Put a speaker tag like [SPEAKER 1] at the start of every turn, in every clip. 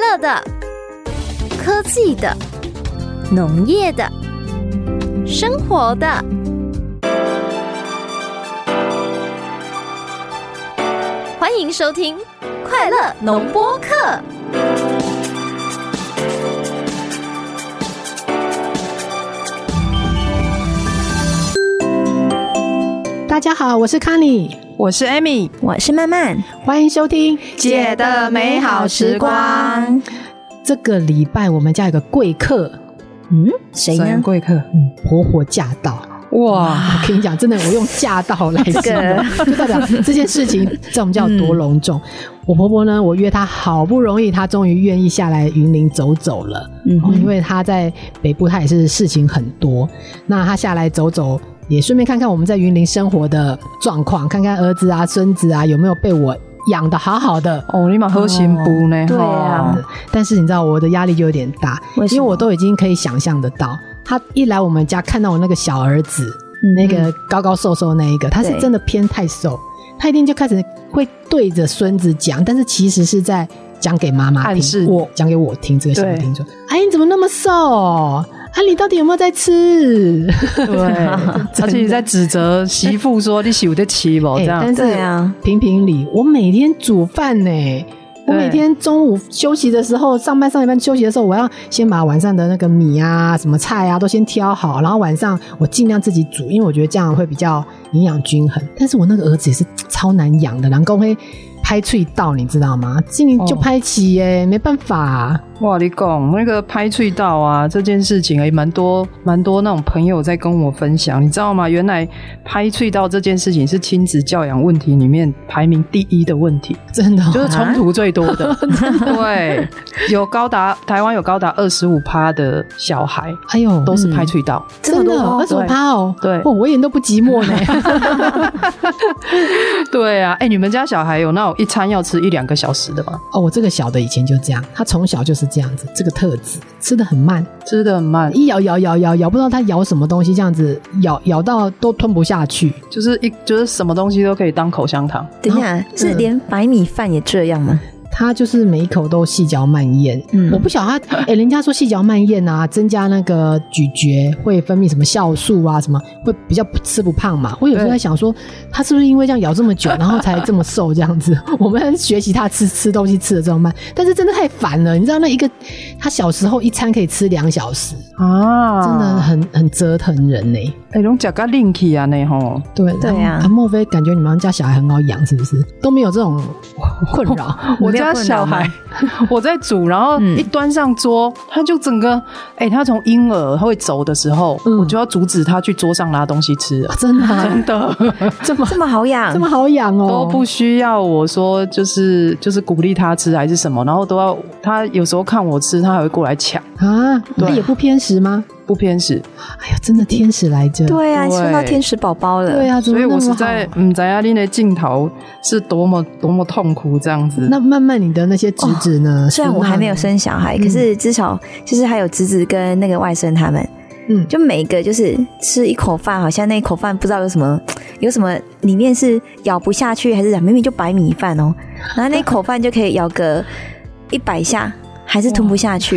[SPEAKER 1] 色的、科技的、农业的、生活的。欢迎收听《快乐农播课》。
[SPEAKER 2] 大家好，我是康妮，
[SPEAKER 3] 我是 Amy，
[SPEAKER 4] 我是曼曼，
[SPEAKER 2] 欢迎收听《
[SPEAKER 3] 姐的美好时光》。
[SPEAKER 2] 这个礼拜我们家有个贵客，
[SPEAKER 4] 嗯，谁呢？
[SPEAKER 3] 贵客，
[SPEAKER 2] 嗯，活活驾到。
[SPEAKER 3] 啊哇，
[SPEAKER 2] 我跟你讲，真的，我用驾到来形容，就代表这件事情在我们家有多隆重。我婆婆呢，我约她好不容易，她终于愿意下来云林走走了。
[SPEAKER 4] 嗯
[SPEAKER 2] 哦
[SPEAKER 4] 哼
[SPEAKER 2] 因为她在北部，她也是事情很多。那她下来走走，也顺便看看我们在云林生活的状况，看看儿子啊、孙子啊有没有被我养的好好的。
[SPEAKER 3] 哦，你蛮好心补呢，
[SPEAKER 4] 对啊
[SPEAKER 3] 吼，
[SPEAKER 2] 但是你知道我的压力就有点大，
[SPEAKER 4] 为什
[SPEAKER 2] 因为
[SPEAKER 4] 么
[SPEAKER 2] 我都已经可以想象得到，他一来我们家看到我那个小儿子，那个高高瘦瘦那一个，他是
[SPEAKER 4] 嗯对
[SPEAKER 2] 真的偏太瘦，他一定就开始会对着孙子讲，但是其实是在讲给妈妈
[SPEAKER 3] 暗示
[SPEAKER 2] 听，我讲给我听，这个小
[SPEAKER 3] 对
[SPEAKER 2] 听说，哎，你怎么那么瘦？啊，你到底有没有在吃？
[SPEAKER 3] 对，他自己在指责媳妇说你媳妇在欺我哦 这
[SPEAKER 2] 哎
[SPEAKER 3] 样
[SPEAKER 2] 但，
[SPEAKER 4] 对
[SPEAKER 2] 是
[SPEAKER 4] 啊，
[SPEAKER 2] 评评理，我每天煮饭呢、我
[SPEAKER 3] 对
[SPEAKER 2] 每天中午休息的时候，上班上一班休息的时候，我要先把晚上的那个米啊、什么菜啊都先挑好，然后晚上我尽量自己煮，因为我觉得这样会比较营养均衡。但是我那个儿子也是超难养的，然后会拍脆到，你知道吗？今年就
[SPEAKER 3] 哦
[SPEAKER 2] 拍起耶、没办法、
[SPEAKER 3] 哇，你讲那个拍醉道啊这件事情，也蛮多蛮多那种朋友在跟我分享，你知道吗？原来拍醉道这件事情是亲子教养问题里面排名第一的问 题。
[SPEAKER 2] 真的哦、
[SPEAKER 3] 就是冲突最多 的，对，有高达台湾有高达二十五趴的小孩
[SPEAKER 2] 哎呦，
[SPEAKER 3] 哦都是
[SPEAKER 2] 嗯
[SPEAKER 3] 拍脆道，
[SPEAKER 2] 真的二十五趴哦，
[SPEAKER 3] 对
[SPEAKER 2] 哦，我一点都不寂寞 呢。
[SPEAKER 3] 对啊，哎、你们家小孩有那种一餐要吃一两个小时的吗？
[SPEAKER 2] 哦，我这个小的以前就这样，他从小就是这样子，这个特质吃的很慢，
[SPEAKER 3] 吃的很慢，
[SPEAKER 2] 一咬咬咬咬咬，不知道它咬什么东西，这样子咬咬到都吞不下去。
[SPEAKER 3] 就是一就是什么东西都可以当口香糖。
[SPEAKER 4] 等一下，是
[SPEAKER 2] 嗯
[SPEAKER 4] 连白米饭也这样吗？
[SPEAKER 2] 它就是每一口都细嚼慢咽。
[SPEAKER 4] 嗯
[SPEAKER 2] 我不晓得它，哎、人家说细嚼慢咽啊，增加那个咀嚼会分泌什么酵素啊，什么会比较不吃不胖嘛。我有时候
[SPEAKER 3] 对
[SPEAKER 2] 在想说，它是不是因为这样咬这么久，然后才这么瘦这样子？ 我们学习它吃吃东西吃的这么慢，但是真的太烦了。你知道那一个，他小时候一餐可以吃两小时，
[SPEAKER 3] 啊，
[SPEAKER 2] 真的很很折腾人呢、
[SPEAKER 3] 哎，拢食个 link 啊呢吼，
[SPEAKER 2] 对
[SPEAKER 4] 对啊
[SPEAKER 2] 啊，莫非感觉你们家小孩很好养，是不是？都没有这种 困扰？
[SPEAKER 3] 我
[SPEAKER 4] 没有
[SPEAKER 3] 家
[SPEAKER 4] 困
[SPEAKER 3] 小
[SPEAKER 4] 扰吗
[SPEAKER 3] 孩 我在煮，然后
[SPEAKER 4] 嗯
[SPEAKER 3] 一端上桌，他就整个，哎、他从婴儿会走的时候，
[SPEAKER 2] 嗯
[SPEAKER 3] 我就要阻止他去桌上拿东西吃了
[SPEAKER 2] 啊真的啊、
[SPEAKER 3] 真的
[SPEAKER 2] 这么
[SPEAKER 4] 这么好养
[SPEAKER 2] 这，么好养哦？
[SPEAKER 3] 都不需要我说，就是就是鼓励他吃还是什么，然后都要他有时候看我吃，他还会过来抢，
[SPEAKER 2] 啊，
[SPEAKER 3] 对
[SPEAKER 2] 他也不偏食吗？
[SPEAKER 3] 不偏食。
[SPEAKER 2] 哎呦，真的天使来着！
[SPEAKER 4] 对啊，
[SPEAKER 3] 对
[SPEAKER 4] 生到天使宝宝了，
[SPEAKER 2] 对啊，怎么
[SPEAKER 3] 所以
[SPEAKER 2] 那么
[SPEAKER 3] 我
[SPEAKER 2] 好
[SPEAKER 3] 实在嗯，咱家你的镜头是多么多么痛苦这样子。
[SPEAKER 2] 那慢慢你的那些侄子呢？
[SPEAKER 4] 哦
[SPEAKER 2] 嗯
[SPEAKER 4] 虽然我还没有生小孩，可是至少就是还有侄子跟那个外甥他们，
[SPEAKER 2] 嗯
[SPEAKER 4] 就每个就是吃一口饭，好像那一口饭不知道有什么，有什么里面是咬不下去，还是啊明明就白米饭哦，然后那一口饭就可以咬个一百下，还是吞不 下去，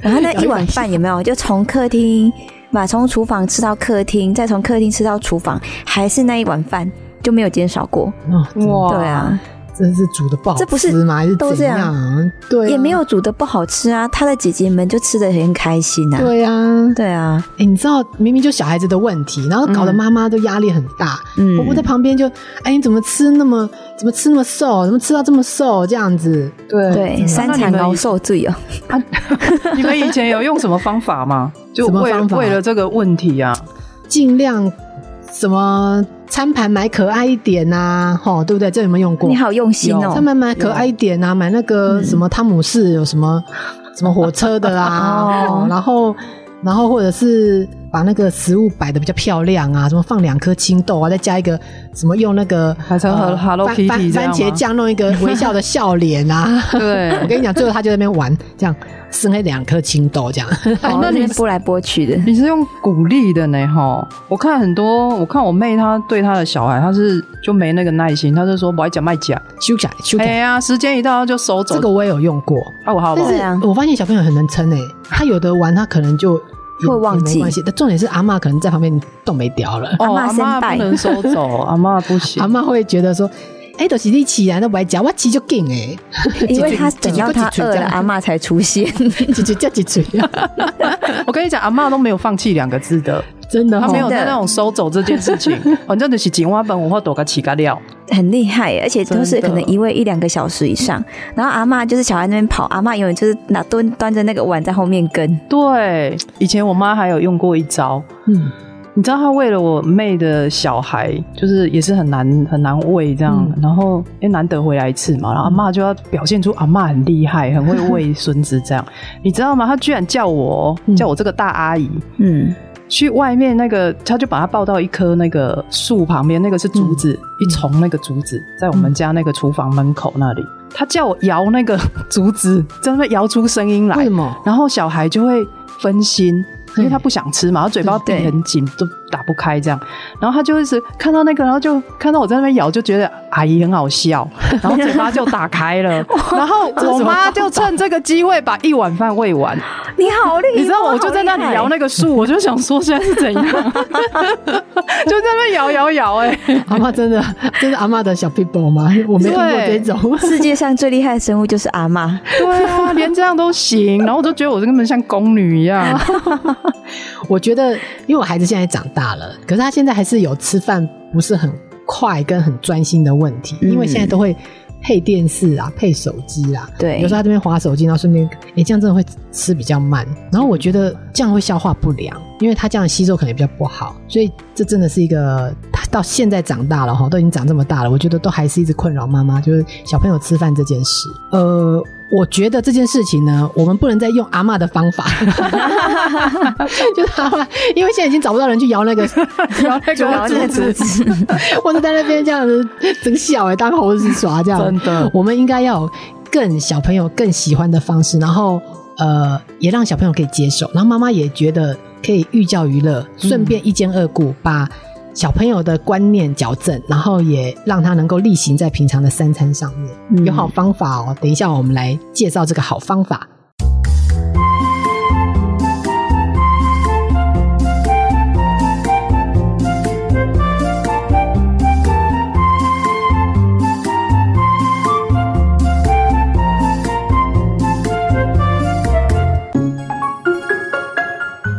[SPEAKER 4] 然后那一碗饭有没有就从客厅把从厨房吃到客厅，再从客厅吃到厨房，还是那一碗饭就没有减少过，
[SPEAKER 2] 哦，哇，
[SPEAKER 4] 对啊。
[SPEAKER 2] 真是煮的不好
[SPEAKER 4] 这不是
[SPEAKER 2] 吃吗？还是
[SPEAKER 4] 都
[SPEAKER 2] 怎
[SPEAKER 4] 这样
[SPEAKER 2] 样？对啊，
[SPEAKER 4] 也没有煮的不好吃啊，他的姐姐们就吃的很开心啊。
[SPEAKER 2] 对啊。
[SPEAKER 4] 对啊，
[SPEAKER 2] 哎，你知道明明就小孩子的问题，然后搞得妈妈都压力很大。
[SPEAKER 4] 嗯
[SPEAKER 2] 婆婆在旁边就，哎，你怎么吃那么怎么吃那么瘦，怎么吃到这么瘦这样子？
[SPEAKER 3] 对
[SPEAKER 4] 对，三
[SPEAKER 3] 那
[SPEAKER 4] 餐
[SPEAKER 3] 你们
[SPEAKER 4] 熬受罪哦。
[SPEAKER 3] 你们以前有用什么方法吗？就
[SPEAKER 2] 什么
[SPEAKER 3] 为
[SPEAKER 2] 方法
[SPEAKER 3] 为了这个问题啊，
[SPEAKER 2] 尽量什么餐盘买可爱一点呐、啊，吼，对不对？这有没有用过？
[SPEAKER 4] 你好用心
[SPEAKER 3] 有
[SPEAKER 2] 餐
[SPEAKER 4] 哦。
[SPEAKER 2] 盘买可爱一点啊，买那
[SPEAKER 3] 嗯
[SPEAKER 2] 个什么汤姆 士有什么什么火车的啊，
[SPEAKER 4] 哦
[SPEAKER 2] 吼然后然后或者是把那个食物摆的比较漂亮啊，什么放两颗青豆啊，再加一个什么用那个呃
[SPEAKER 3] 还成 Hello
[SPEAKER 2] 番
[SPEAKER 3] Kitty
[SPEAKER 2] 番
[SPEAKER 3] 这
[SPEAKER 2] 番
[SPEAKER 3] 样吗
[SPEAKER 2] 茄酱弄一个微笑的笑脸 啊。
[SPEAKER 3] 对，
[SPEAKER 2] 我跟你讲，最后他就在那边玩，这样生了两颗青豆，这样
[SPEAKER 4] 哦
[SPEAKER 3] 那
[SPEAKER 4] 那
[SPEAKER 3] 你
[SPEAKER 4] 边拨来拨去的，
[SPEAKER 3] 你是用鼓励的呢，哈！我看很多，我看我妹她对她的小孩，她是就没那个耐心，她就说不爱讲卖讲，
[SPEAKER 2] 修改修
[SPEAKER 3] 哎
[SPEAKER 2] 改。
[SPEAKER 3] 呀，时间一到她就收走，
[SPEAKER 2] 这个我也有用过，
[SPEAKER 3] 啊，我好不
[SPEAKER 2] 但
[SPEAKER 3] 好？
[SPEAKER 4] 对啊
[SPEAKER 2] 是我发现小朋友很能撑诶、他有的玩，他可能就也
[SPEAKER 4] 会忘记
[SPEAKER 2] 也没关系。但重点是阿嬷可能在旁边动没掉了，
[SPEAKER 3] 哦，
[SPEAKER 4] 阿
[SPEAKER 3] 阿妈
[SPEAKER 4] 嬷先拜
[SPEAKER 3] 不能收走，阿妈不行
[SPEAKER 2] 阿。嬷会觉得说。哎，都是你起来，都不爱讲，我起就劲 哎，
[SPEAKER 4] 因为他等到他饿了，阿妈才出现。
[SPEAKER 2] 就就叫几嘴，
[SPEAKER 3] 我跟你讲，阿妈都没有放弃两个字的，
[SPEAKER 2] 真的
[SPEAKER 3] 她
[SPEAKER 2] 哦
[SPEAKER 3] 没有在那种收走这件事情，反正就是井蛙本我或躲个乞丐料。
[SPEAKER 4] 很厉害耶，而且都是
[SPEAKER 3] 真的
[SPEAKER 4] 可能一位一两个小时以上。然后阿嬷就是小孩那边跑，阿嬷永远就是拿端端着那个碗在后面跟。
[SPEAKER 3] 对，以前我妈还有用过一招，
[SPEAKER 2] 嗯，
[SPEAKER 3] 你知道她为了我妹的小孩，就是也是很难很难喂这样，
[SPEAKER 2] 嗯
[SPEAKER 3] 然后因为难得回来一次嘛，然后阿妈就要表现出阿妈很厉害，很会喂孙子这样，你知道吗？她居然叫我
[SPEAKER 2] 嗯
[SPEAKER 3] 叫我这个大阿姨。
[SPEAKER 4] 嗯，
[SPEAKER 3] 去外面那个，她就把她抱到一棵那个树旁边，那个是竹子，
[SPEAKER 2] 嗯
[SPEAKER 3] 一丛那个竹子，在我们家那个厨房门口那里，她叫我摇那个 竹子，真的摇出声音来
[SPEAKER 2] 为。什么？
[SPEAKER 3] 然后小孩就会分心，因为他
[SPEAKER 2] 嗯
[SPEAKER 3] 不想吃嘛，他嘴巴闭
[SPEAKER 4] 对
[SPEAKER 3] 很紧，都打不开这样。然后他就一直看到那个，然后就看到我在那边咬，就觉得阿姨很好 笑，然后嘴巴就打开 了。然后我妈就趁这个机会把一碗饭喂完。
[SPEAKER 4] 你好厉害，
[SPEAKER 3] 你知道，我就在那里摇
[SPEAKER 4] 那
[SPEAKER 3] 那个树，我就想说现在是 怎样，就在那边摇摇摇，哎，
[SPEAKER 2] 阿嬷真的 真的阿嬷的小 people 吗？ 我没有遇过这
[SPEAKER 3] 对
[SPEAKER 2] 种，
[SPEAKER 4] 世界上最厉害的生物就是阿嬷。
[SPEAKER 3] 对啊，连这样都行。然后我都觉得我根本像宫女一 样。
[SPEAKER 2] 我觉得，因为我孩子现在长大了，可是他现在还是有吃饭不是很快跟很专心的问题，
[SPEAKER 4] 嗯
[SPEAKER 2] 因为现在都会配电视啊、配手机啦、
[SPEAKER 4] 对
[SPEAKER 2] 有时候他这边划手机，然后顺便，哎、这样真的会吃比较慢。然后我觉得这样会消化不良，因为他这样吸收可能比较不好，所以这真的是一个他到现在长大了哈，都已经长这么大了，我觉得都还是一直困扰妈妈，就是小朋友吃饭这件事。呃，我觉得这件事情呢，我们不能再用阿嬷的方法， 就是阿嬷，因为现在已经找不到人去摇那个摇那
[SPEAKER 4] 摇那个
[SPEAKER 2] 竹子，或者在那边这样子整小哎、当猴子耍这样，
[SPEAKER 3] 真
[SPEAKER 4] 嗯
[SPEAKER 3] 的
[SPEAKER 2] 我们应该要有更小朋友更喜欢的方式，然后呃，也让小朋友可以接受，然后妈妈也觉得可以寓教于乐，顺便一兼二顾，把小朋友的观念矫正，然后也让他能够例行在平常的三餐上面。
[SPEAKER 4] 嗯
[SPEAKER 2] 有好方法哦，等一下我们来介绍这个好方法。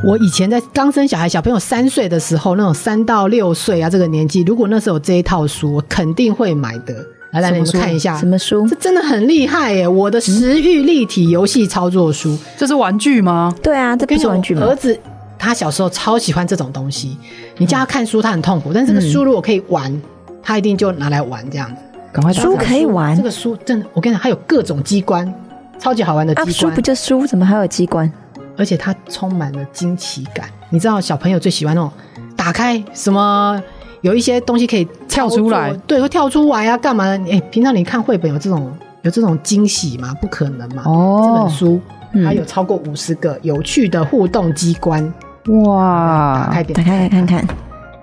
[SPEAKER 2] 我以前在刚生小孩，小朋友三岁的时候，那种三到六岁啊这个年纪，如果那时候有这一套书，我肯定会买的。来来，你们看一下
[SPEAKER 4] 什，么书？
[SPEAKER 2] 这真的很厉害耶！我的食欲立体游戏操作书，
[SPEAKER 3] 这是玩具吗？
[SPEAKER 4] 对啊，嗯这不
[SPEAKER 2] 跟
[SPEAKER 4] 是玩具
[SPEAKER 2] 我
[SPEAKER 4] 吗
[SPEAKER 2] 儿？子他小时候超喜欢这种东西，你叫他看书，他很痛苦，但是这
[SPEAKER 4] 嗯
[SPEAKER 2] 个书如果可以玩，他一定就拿来玩这样子。
[SPEAKER 3] 赶快
[SPEAKER 4] 书可以玩
[SPEAKER 2] 这个书真的，我跟你讲，它有各种机关，超级好玩的
[SPEAKER 4] 啊，
[SPEAKER 2] 机
[SPEAKER 4] 书
[SPEAKER 2] 关
[SPEAKER 4] 不，就书，怎么还有机关？
[SPEAKER 2] 而且它充满了惊奇感。你知道小朋友最喜欢那种打开什么？有一些东西可以
[SPEAKER 3] 跳
[SPEAKER 2] 操作
[SPEAKER 3] 出来，
[SPEAKER 2] 对，会跳出来啊，干嘛的？哎、平常你看绘本有这种有这种惊喜吗？不可能嘛！这
[SPEAKER 3] 哦
[SPEAKER 2] 本书
[SPEAKER 4] 嗯
[SPEAKER 2] 它有超过五十个有趣的互动机关，打
[SPEAKER 3] 哇，
[SPEAKER 2] 开点
[SPEAKER 4] 打开来看看。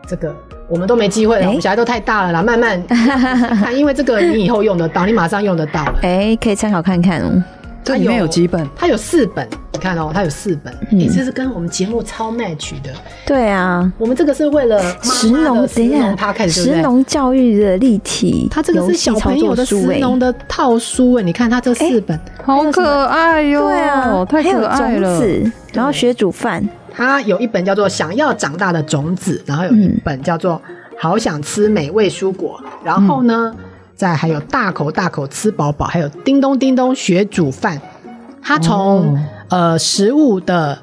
[SPEAKER 2] 这个我们都没机会了，
[SPEAKER 4] 哎
[SPEAKER 2] 我们小孩都太大了啦，慢 慢看，因为这个你以后用得到，你马上用得到了。
[SPEAKER 4] 哎，可以参考看看哦。
[SPEAKER 3] 这里面有几本？
[SPEAKER 2] 它有四本，你看哦，它有四本，
[SPEAKER 4] 嗯
[SPEAKER 2] 你、这是跟我们节目超 match 的。
[SPEAKER 4] 对啊，
[SPEAKER 2] 我们这个是为了
[SPEAKER 4] 石
[SPEAKER 2] 妈妈
[SPEAKER 4] 农
[SPEAKER 2] 的
[SPEAKER 4] 等
[SPEAKER 2] 石
[SPEAKER 4] 一
[SPEAKER 2] 农
[SPEAKER 4] 下，
[SPEAKER 2] 他开始对
[SPEAKER 4] 石
[SPEAKER 2] 不对？
[SPEAKER 4] 农教育的立体，
[SPEAKER 2] 它这个是小朋友的石
[SPEAKER 4] 欸
[SPEAKER 2] 农的套书哎，你看它这四本，
[SPEAKER 3] 好可爱哟、
[SPEAKER 4] 对啊，
[SPEAKER 3] 太可爱了
[SPEAKER 4] 还。有种子，然后学煮饭，
[SPEAKER 2] 它有一本叫做《想要长大的种子》，然后有一本叫做《好想吃美味蔬果》，然后呢，再还有大口大口吃饱饱，还有叮咚叮咚学煮饭。它从、
[SPEAKER 3] 哦
[SPEAKER 2] 呃食物的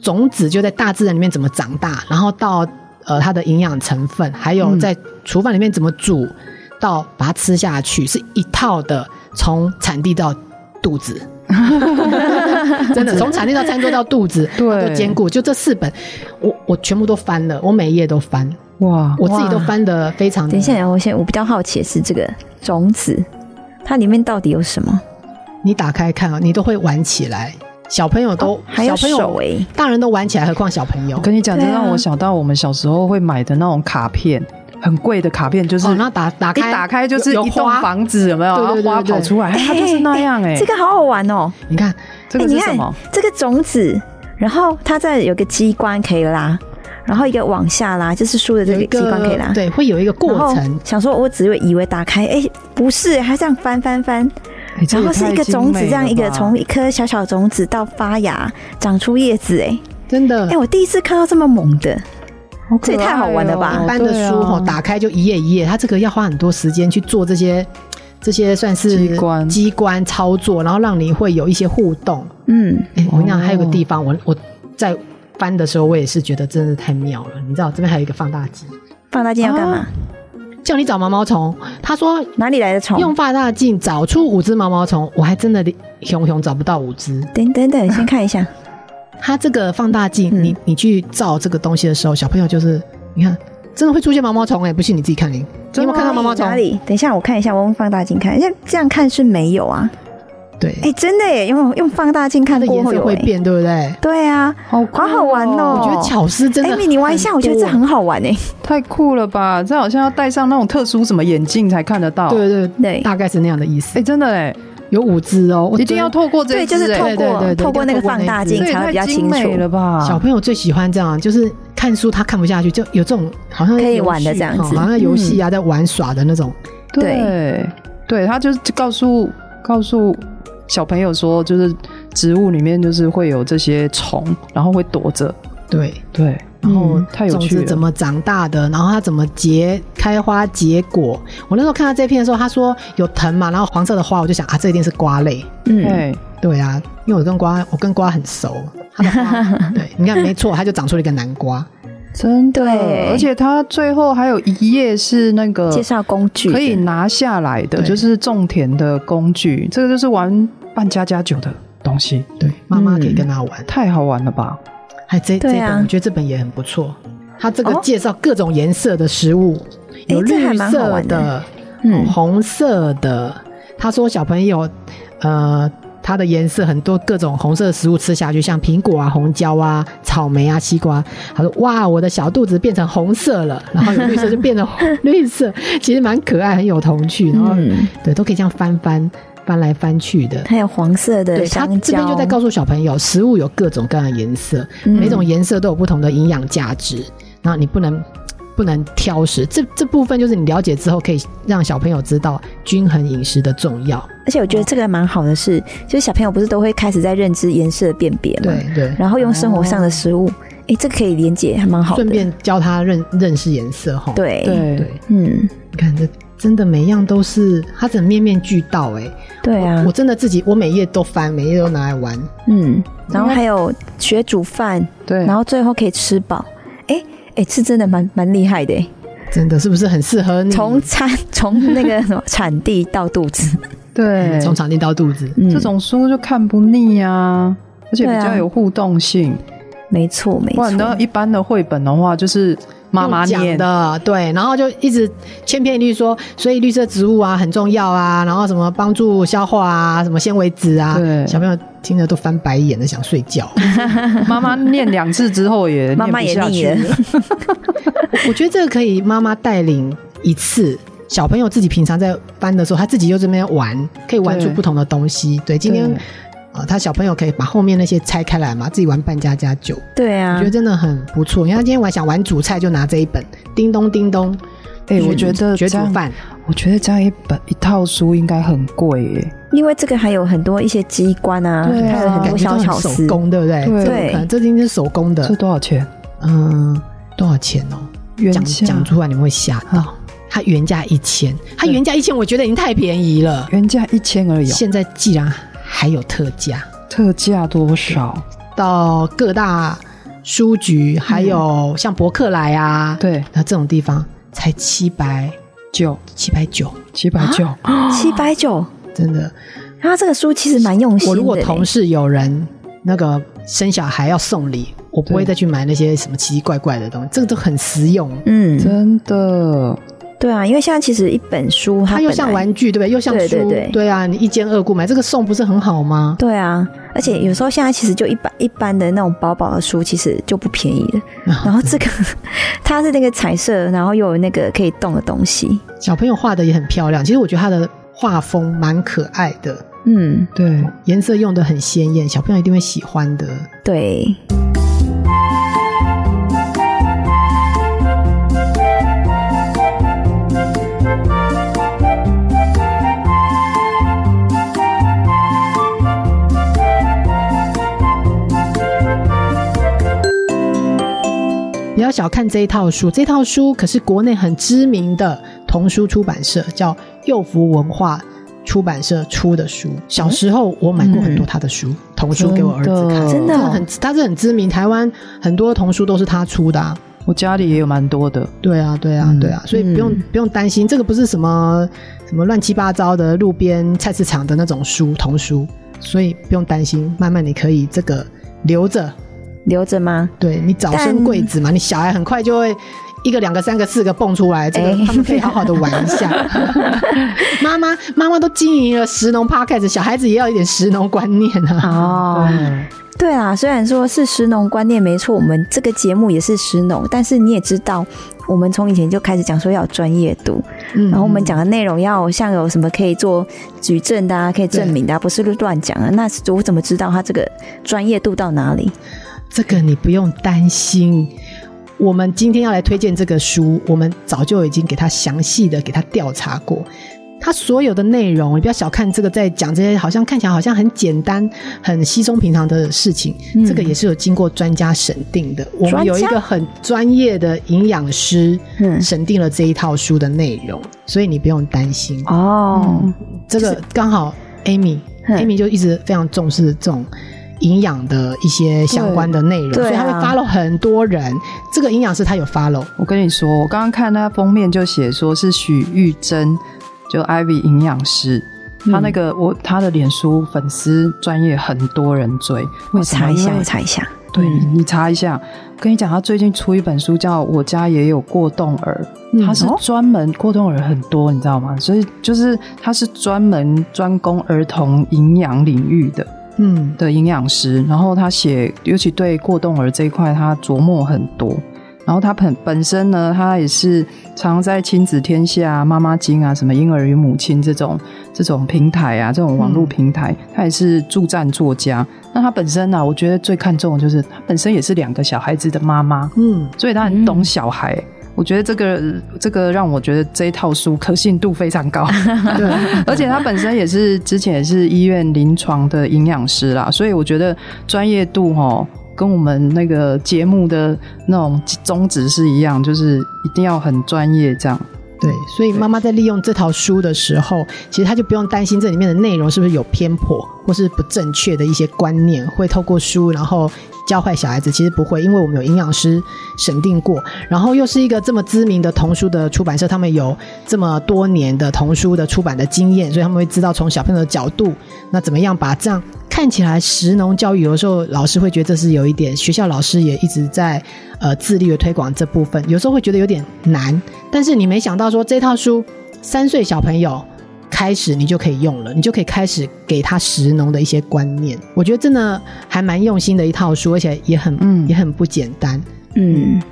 [SPEAKER 2] 种子就在大自然里面怎么长大，然后到呃它的营养成分，还有在厨房里面怎么煮，到把它吃下去，是一套的从产地到肚子。 真 的从产地到餐桌到肚子，
[SPEAKER 3] 对
[SPEAKER 2] 它都兼顾。就这四本，我我全部都翻了，我每一页都翻，
[SPEAKER 3] 哇，
[SPEAKER 2] 我自己都翻的非常的。
[SPEAKER 4] 等一下，我现我比较好奇的是这个种子，它里面到底有什么？
[SPEAKER 2] 你打开看啊，你都会玩起来。小朋友
[SPEAKER 3] 哦
[SPEAKER 2] 都，
[SPEAKER 4] 还有
[SPEAKER 2] 小朋
[SPEAKER 4] 手
[SPEAKER 2] 友，
[SPEAKER 4] 哎、
[SPEAKER 2] 大人都玩起来，何况小朋友
[SPEAKER 3] 我？跟你讲，这
[SPEAKER 4] 对啊
[SPEAKER 3] 让我想到我们小时候会买的那种卡片，很贵的卡片，就是
[SPEAKER 2] 哦，那打打
[SPEAKER 3] 一
[SPEAKER 2] 开
[SPEAKER 3] 打开就是
[SPEAKER 2] 有
[SPEAKER 3] 一栋，
[SPEAKER 2] 有花
[SPEAKER 3] 房子，有没有？
[SPEAKER 2] 对对对
[SPEAKER 3] 然后花
[SPEAKER 2] 对对
[SPEAKER 3] 跑出来，它就是那样 哎。
[SPEAKER 4] 这个好好玩哦、
[SPEAKER 2] 你看
[SPEAKER 3] 这
[SPEAKER 4] 哎
[SPEAKER 3] 个
[SPEAKER 4] 你
[SPEAKER 3] 是
[SPEAKER 4] 看
[SPEAKER 3] 什么？
[SPEAKER 4] 这个种子，然后它再有个机关可以拉，然后一个往下拉，就是书的这
[SPEAKER 2] 有
[SPEAKER 4] 个
[SPEAKER 2] 一
[SPEAKER 4] 机关可以拉
[SPEAKER 2] 个。对，会有一个
[SPEAKER 4] 然后
[SPEAKER 2] 过程。
[SPEAKER 4] 想说，我只会以为打开，哎、不是，它这样翻翻翻，
[SPEAKER 3] 哎这
[SPEAKER 4] 然
[SPEAKER 3] 也
[SPEAKER 4] 后是一
[SPEAKER 3] 太
[SPEAKER 4] 个
[SPEAKER 3] 精
[SPEAKER 4] 种子，
[SPEAKER 3] 美
[SPEAKER 4] 这样
[SPEAKER 3] 了
[SPEAKER 4] 一个
[SPEAKER 3] 吧
[SPEAKER 4] 从一颗小小种子到发芽，长出叶子、哎、
[SPEAKER 2] 真的
[SPEAKER 4] 哎，，我第一次看到这么猛的，
[SPEAKER 3] 好可
[SPEAKER 4] 这也太好玩了吧
[SPEAKER 3] 爱哦
[SPEAKER 2] 一般的书哈、
[SPEAKER 3] 对啊
[SPEAKER 2] 打开就一页一页，它这个要花很多时间去做这些这些算是
[SPEAKER 3] 机关
[SPEAKER 2] 机关操作，然后让你会有一些互动。
[SPEAKER 4] 嗯，
[SPEAKER 2] 哎，我跟你讲，
[SPEAKER 3] 哦
[SPEAKER 2] 还有个地方，我我在翻的时候，我也是觉得真的太妙了。你知道这边还有一个放大镜，
[SPEAKER 4] 放大镜要干嘛？
[SPEAKER 2] 叫你找毛毛虫，他说
[SPEAKER 4] 哪里来的虫？
[SPEAKER 2] 用放大镜找出五只毛毛虫，我还真的熊熊找不到五只。
[SPEAKER 4] 等等等，先看一下，
[SPEAKER 2] 它这个放大镜，
[SPEAKER 4] 嗯
[SPEAKER 2] 你你去照这个东西的时候，小朋友就是你看，真的会出现毛毛虫哎、不信你自己看你，你有没有看到毛毛虫
[SPEAKER 4] 哪？里？等一下，我看一下，我用放大镜看，像这样看是没有啊。
[SPEAKER 2] 对，
[SPEAKER 4] 哎、真的耶，用用放大镜
[SPEAKER 2] 它
[SPEAKER 4] 看
[SPEAKER 2] 的
[SPEAKER 4] 过
[SPEAKER 2] 颜
[SPEAKER 4] 后
[SPEAKER 2] 色
[SPEAKER 4] 有
[SPEAKER 2] 会
[SPEAKER 4] 哎。
[SPEAKER 2] 变，对不对？
[SPEAKER 4] 对啊，
[SPEAKER 3] 好
[SPEAKER 4] 好好玩哦
[SPEAKER 2] 我觉得巧思真的很多，
[SPEAKER 4] Amy，你玩一下，我觉得这很好玩哎。
[SPEAKER 3] 太酷了吧！这好像要戴上那种特殊什么眼镜才看得到。
[SPEAKER 2] 对对
[SPEAKER 4] 对
[SPEAKER 2] 大概是那样的意思
[SPEAKER 3] 哎，。真的哎，
[SPEAKER 2] 有五只哦，我
[SPEAKER 3] 一定要
[SPEAKER 2] 觉
[SPEAKER 3] 透过这
[SPEAKER 4] 对，
[SPEAKER 3] 一
[SPEAKER 4] 就
[SPEAKER 3] 只
[SPEAKER 4] 是
[SPEAKER 3] 哎
[SPEAKER 4] 透
[SPEAKER 2] 对
[SPEAKER 4] 过
[SPEAKER 2] 对对
[SPEAKER 4] 透过
[SPEAKER 2] 一定要
[SPEAKER 4] 那个
[SPEAKER 2] 透过
[SPEAKER 4] 放大
[SPEAKER 2] 那一
[SPEAKER 4] 镜
[SPEAKER 2] 只
[SPEAKER 3] 这也
[SPEAKER 4] 才会比较
[SPEAKER 3] 太精
[SPEAKER 4] 清
[SPEAKER 3] 美了
[SPEAKER 4] 楚。
[SPEAKER 3] 吧！
[SPEAKER 2] 得小朋友最喜欢这样，就是看书他看不下去，就有这种好像
[SPEAKER 4] 可以
[SPEAKER 2] 游戏
[SPEAKER 4] 玩的这样子
[SPEAKER 2] 哦好像游戏啊，在玩耍的那种。
[SPEAKER 3] 对对，他就是告诉告诉小朋友说，就是植物里面就是会有这些虫，然后会躲着。
[SPEAKER 2] 对，
[SPEAKER 3] 对，然后太有
[SPEAKER 2] 种
[SPEAKER 3] 趣
[SPEAKER 2] 子
[SPEAKER 3] 了。
[SPEAKER 2] 怎么长大的，然后它怎么结开花结果。我那时候看到这篇的时候，他说有藤嘛，然后黄色的花，我就想啊，这一定是瓜类。
[SPEAKER 4] 嗯，
[SPEAKER 3] 对，
[SPEAKER 2] 对啊，因为我跟瓜，我跟瓜很熟，它的花，对，你看没错，它就长出了一个南瓜。
[SPEAKER 3] 真的
[SPEAKER 4] 对，
[SPEAKER 3] 而且他最后还有一页是那个
[SPEAKER 4] 介绍工具
[SPEAKER 3] 可以拿下来的，
[SPEAKER 2] 对
[SPEAKER 3] 就是种田的工具。这个就是玩扮家家酒的东西，
[SPEAKER 2] 对，妈妈可以
[SPEAKER 3] 嗯
[SPEAKER 2] 跟他玩。
[SPEAKER 3] 太好玩了吧！
[SPEAKER 2] 还哎这、这
[SPEAKER 4] 对啊
[SPEAKER 2] 本，我觉得这本也很不错。它这个
[SPEAKER 4] 哦
[SPEAKER 2] 介绍各种颜色的食物，有
[SPEAKER 4] 这还
[SPEAKER 2] 绿
[SPEAKER 4] 蛮好
[SPEAKER 2] 色
[SPEAKER 4] 玩的嗯
[SPEAKER 2] 嗯，红色的。他说小朋友，呃，它的颜色很多，各种红色的食物吃下去，像苹果啊、红椒啊、草莓啊、西瓜。他说哇，我的小肚子变成红色了，然后有绿色就变成 绿色，其实蛮可爱，很有童趣。然后、
[SPEAKER 4] 嗯，
[SPEAKER 2] 对，都可以这样翻翻翻来翻去的。
[SPEAKER 4] 还有黄色的
[SPEAKER 2] 对，他
[SPEAKER 4] 香
[SPEAKER 2] 这
[SPEAKER 4] 蕉，
[SPEAKER 2] 边就在告诉小朋友，食物有各种各样的颜色，
[SPEAKER 4] 嗯
[SPEAKER 2] 每种颜色都有不同的营养价值，然后你不能不能挑食。这这部分就是你了解之后，可以让小朋友知道均衡饮食的重要。
[SPEAKER 4] 而且我觉得这个蛮好的是，就是小朋友不是都会开始在认知颜色的辨别嘛，
[SPEAKER 2] 对对，
[SPEAKER 4] 然后用生活上的食物，哎，这个可以连接，还蛮好
[SPEAKER 2] 顺
[SPEAKER 4] 的。
[SPEAKER 2] 便教他认认识颜色哈。
[SPEAKER 4] 对，
[SPEAKER 3] 对
[SPEAKER 2] 对，
[SPEAKER 4] 嗯，
[SPEAKER 2] 你看这真的每样都是，它真的面面俱到哎、
[SPEAKER 4] 对啊
[SPEAKER 2] 我，真的自己我每页都翻，每页都拿来玩。
[SPEAKER 4] 嗯，然后还有学煮饭，
[SPEAKER 3] 对，
[SPEAKER 4] 然后最后可以吃饱，哎哎，是真的蛮蛮厉害的，诶
[SPEAKER 2] 真的是不是很适合你？
[SPEAKER 4] 从产从那个什么产地到肚子，
[SPEAKER 3] 对，
[SPEAKER 2] 嗯从场地到肚子，
[SPEAKER 4] 嗯
[SPEAKER 3] 这种书就看不腻啊，而且
[SPEAKER 4] 对
[SPEAKER 3] 比
[SPEAKER 4] 啊
[SPEAKER 3] 较有互动性。
[SPEAKER 4] 没错没
[SPEAKER 3] 不然呢
[SPEAKER 4] 错，，
[SPEAKER 3] 一般的绘本的话，就是妈妈
[SPEAKER 2] 用
[SPEAKER 3] 念
[SPEAKER 2] 讲，的，对，然后就一直千篇一律说，所以绿色植物啊很重要啊，然后什么帮助消化啊，什么纤维质啊，
[SPEAKER 3] 对
[SPEAKER 2] 小朋友听着都翻白眼的想睡觉。
[SPEAKER 3] 妈妈念两次之后也
[SPEAKER 4] 妈妈也
[SPEAKER 3] 念不下
[SPEAKER 4] 腻
[SPEAKER 3] 去
[SPEAKER 4] 了，
[SPEAKER 2] 我觉得这个可以妈妈带领一次。小朋友自己平常在翻的时候，他自己就这边玩，可以玩出
[SPEAKER 3] 对
[SPEAKER 2] 不同的东西。对，今天
[SPEAKER 3] 对
[SPEAKER 2] 啊、呃他小朋友可以把后面那些拆开来嘛，自己玩扮家家酒，我
[SPEAKER 4] 对
[SPEAKER 3] 嗯
[SPEAKER 4] 啊
[SPEAKER 2] 觉得，真的很不错。因为他今天玩想玩煮菜，就拿这一本《叮咚叮咚》。
[SPEAKER 3] 哎我觉得
[SPEAKER 2] 学
[SPEAKER 3] 这
[SPEAKER 2] 煮
[SPEAKER 3] 样
[SPEAKER 2] 饭，
[SPEAKER 3] 我觉得这样一本一套书应该很贵耶。
[SPEAKER 4] 因为这个还有很多一些机关啊，
[SPEAKER 3] 对啊
[SPEAKER 4] 还有很
[SPEAKER 2] 感
[SPEAKER 4] 多
[SPEAKER 2] 觉
[SPEAKER 4] 小
[SPEAKER 2] 都
[SPEAKER 4] 巧
[SPEAKER 2] 很手，
[SPEAKER 4] 思
[SPEAKER 2] 工，对不对？这
[SPEAKER 3] 对
[SPEAKER 2] 不可能这应该是手工
[SPEAKER 3] 这
[SPEAKER 2] 的。
[SPEAKER 3] 多少钱？
[SPEAKER 2] 嗯，多少钱哦？呃
[SPEAKER 3] 原
[SPEAKER 2] 讲
[SPEAKER 3] 价
[SPEAKER 2] 讲出来你们会吓到
[SPEAKER 3] 啊。
[SPEAKER 2] 它原价一千，它原价一千，我觉得已经太便宜了。
[SPEAKER 3] 原价一千而已哦、
[SPEAKER 2] 现在既然还有特价，
[SPEAKER 3] 特价多少？
[SPEAKER 2] 到各大书局，还有像博客来啊，，
[SPEAKER 3] 对，
[SPEAKER 2] 那这种地方才七百
[SPEAKER 3] 九
[SPEAKER 2] 七百九，啊
[SPEAKER 3] 七百九，
[SPEAKER 4] 啊哦七百九，
[SPEAKER 2] 真的。
[SPEAKER 4] 他这个书其实蛮用心的嘞。
[SPEAKER 2] 我如果同事有人那个生小孩要送礼，我不会
[SPEAKER 3] 对
[SPEAKER 2] 再去买那些什么奇奇怪怪的东西，这个都很实用。
[SPEAKER 4] 嗯，
[SPEAKER 3] 真的，
[SPEAKER 4] 对啊，因为现在其实一本书它
[SPEAKER 2] 它又
[SPEAKER 4] 本来
[SPEAKER 2] 像玩具，对不对？又像
[SPEAKER 4] 对
[SPEAKER 2] 书
[SPEAKER 4] 对，对
[SPEAKER 2] 对啊，你一兼二顾买这个送不是很好吗？
[SPEAKER 4] 对啊，而且有时候现在其实就一般一般的那种薄薄的书，其实就不便宜了。然后这个 它是那个彩色，然后又有那个可以动的东西，
[SPEAKER 2] 小朋友画的也很漂亮，其实我觉得他的画风蛮可爱的，
[SPEAKER 4] 嗯，
[SPEAKER 3] 对，
[SPEAKER 2] 颜色用的很鲜艳，小朋友一定会喜欢的。
[SPEAKER 4] 对，
[SPEAKER 2] 不要小看这一套书，这套书可是国内很知名的童书出版社，叫幼福文化出版社出的书。小时候我买过很多他的书，童书给我儿子看，
[SPEAKER 4] 嗯真的哦
[SPEAKER 2] 很他是很知名，台湾很多童书都是他出的、啊。
[SPEAKER 3] 我家里也有蛮多的，
[SPEAKER 2] 对啊，对啊，
[SPEAKER 3] 嗯
[SPEAKER 2] 对啊，所以不用、
[SPEAKER 4] 嗯
[SPEAKER 2] 不用担心，这个不是什么什么乱七八糟的路边菜市场的那种书童书，所以不用担心，慢慢你可以这个留着，
[SPEAKER 4] 留着吗？
[SPEAKER 2] 对你早
[SPEAKER 4] 但
[SPEAKER 2] 生贵子嘛，你小孩很快就会一个、两个、三个、四个蹦出来，这个
[SPEAKER 4] 哎
[SPEAKER 2] 他们可以好好的玩一 下。妈妈妈妈都经营了食农 podcast，小孩子也要一点食农观念啊。
[SPEAKER 4] 哦，对啊，虽然说是食农观念没错，我们这个节目也是食农，但是你也知道，我们从以前就开始讲说要有专业度，
[SPEAKER 2] 嗯
[SPEAKER 4] 然后我们讲的内容要像有什么可以做举证的啊，可以证明的、啊，不是乱讲啊。那我怎么知道他这个专业度到哪里？
[SPEAKER 2] 这个你不用担心。我们今天要来推荐这个书，我们早就已经给他详细的给他调查过，它所有的内容，你不要小看这个，在讲这些好像看起来好像很简单、很稀松平常的事情，
[SPEAKER 4] 嗯
[SPEAKER 2] 这个也是有经过专家审定的。我们
[SPEAKER 4] 专家
[SPEAKER 2] 有一个很专业的营养师
[SPEAKER 4] 嗯
[SPEAKER 2] 审定了这一套书的内容，所以你不用担心。
[SPEAKER 4] 哦，
[SPEAKER 2] 这个刚好 Amy，Amy
[SPEAKER 4] 嗯
[SPEAKER 2] 就一直非常重视这种营养的一些相关的内容，
[SPEAKER 4] 对
[SPEAKER 2] 所以她会
[SPEAKER 4] 对啊
[SPEAKER 2] follow 很多人。这个营养师她有 follow，
[SPEAKER 3] 我跟你说，我刚刚看那封面就写说是许玉珍，就 Ivy 营养师。
[SPEAKER 4] 嗯
[SPEAKER 3] 她那个我她的脸书粉丝专业很多人追，
[SPEAKER 4] 我
[SPEAKER 3] 为什么
[SPEAKER 4] 查一下，
[SPEAKER 3] 因为
[SPEAKER 4] 我查一下。
[SPEAKER 3] 对你你查一下。我跟你讲，她最近出一本书叫《我家也有过动儿》，她是
[SPEAKER 4] 哦
[SPEAKER 3] 专门过动儿很多，你知道吗？所以就是她是专门专攻儿童营养领域的。
[SPEAKER 2] 嗯，
[SPEAKER 3] 的营养师，然后他写，尤其对过动儿这一块，他琢磨很多。然后他本本身呢，他也是常在亲子天下、啊、妈妈经啊、什么婴儿与母亲这种这种平台啊，这种网络平台，他也是助战作家。那他本身呢、啊，我觉得最看重的就是他本身也是两个小孩子的妈妈，
[SPEAKER 2] 嗯，
[SPEAKER 3] 所以他很懂小孩。我觉得这个这个让我觉得这一套书可信度非常高。
[SPEAKER 2] 对，
[SPEAKER 3] 而且他本身也是之前也是医院临床的营养师啦，所以我觉得专业度哈跟我们那个节目的那种宗旨是一样，就是一定要很专业这样。
[SPEAKER 2] 对，所以妈妈在利用这套书的时候，其实她就不用担心这里面的内容是不是有偏颇或是不正确的一些观念，会透过书然后教坏小孩子。其实不会，因为我们有营养师审定过，然后又是一个这么知名的童书的出版社，他们有这么多年的童书的出版的经验，所以他们会知道从小朋友的角度，那怎么样把这样看起来食农教育，有的时候老师会觉得这是有一点，学校老师也一直在呃致力于推广这部分，有时候会觉得有点难，但是你没想到说这套书三岁小朋友。开始你就可以用了，你就可以开始给他食农的一些观念。我觉得真的还蛮用心的一套书，而且也很、
[SPEAKER 3] 嗯
[SPEAKER 2] 也很不简单。
[SPEAKER 4] 嗯，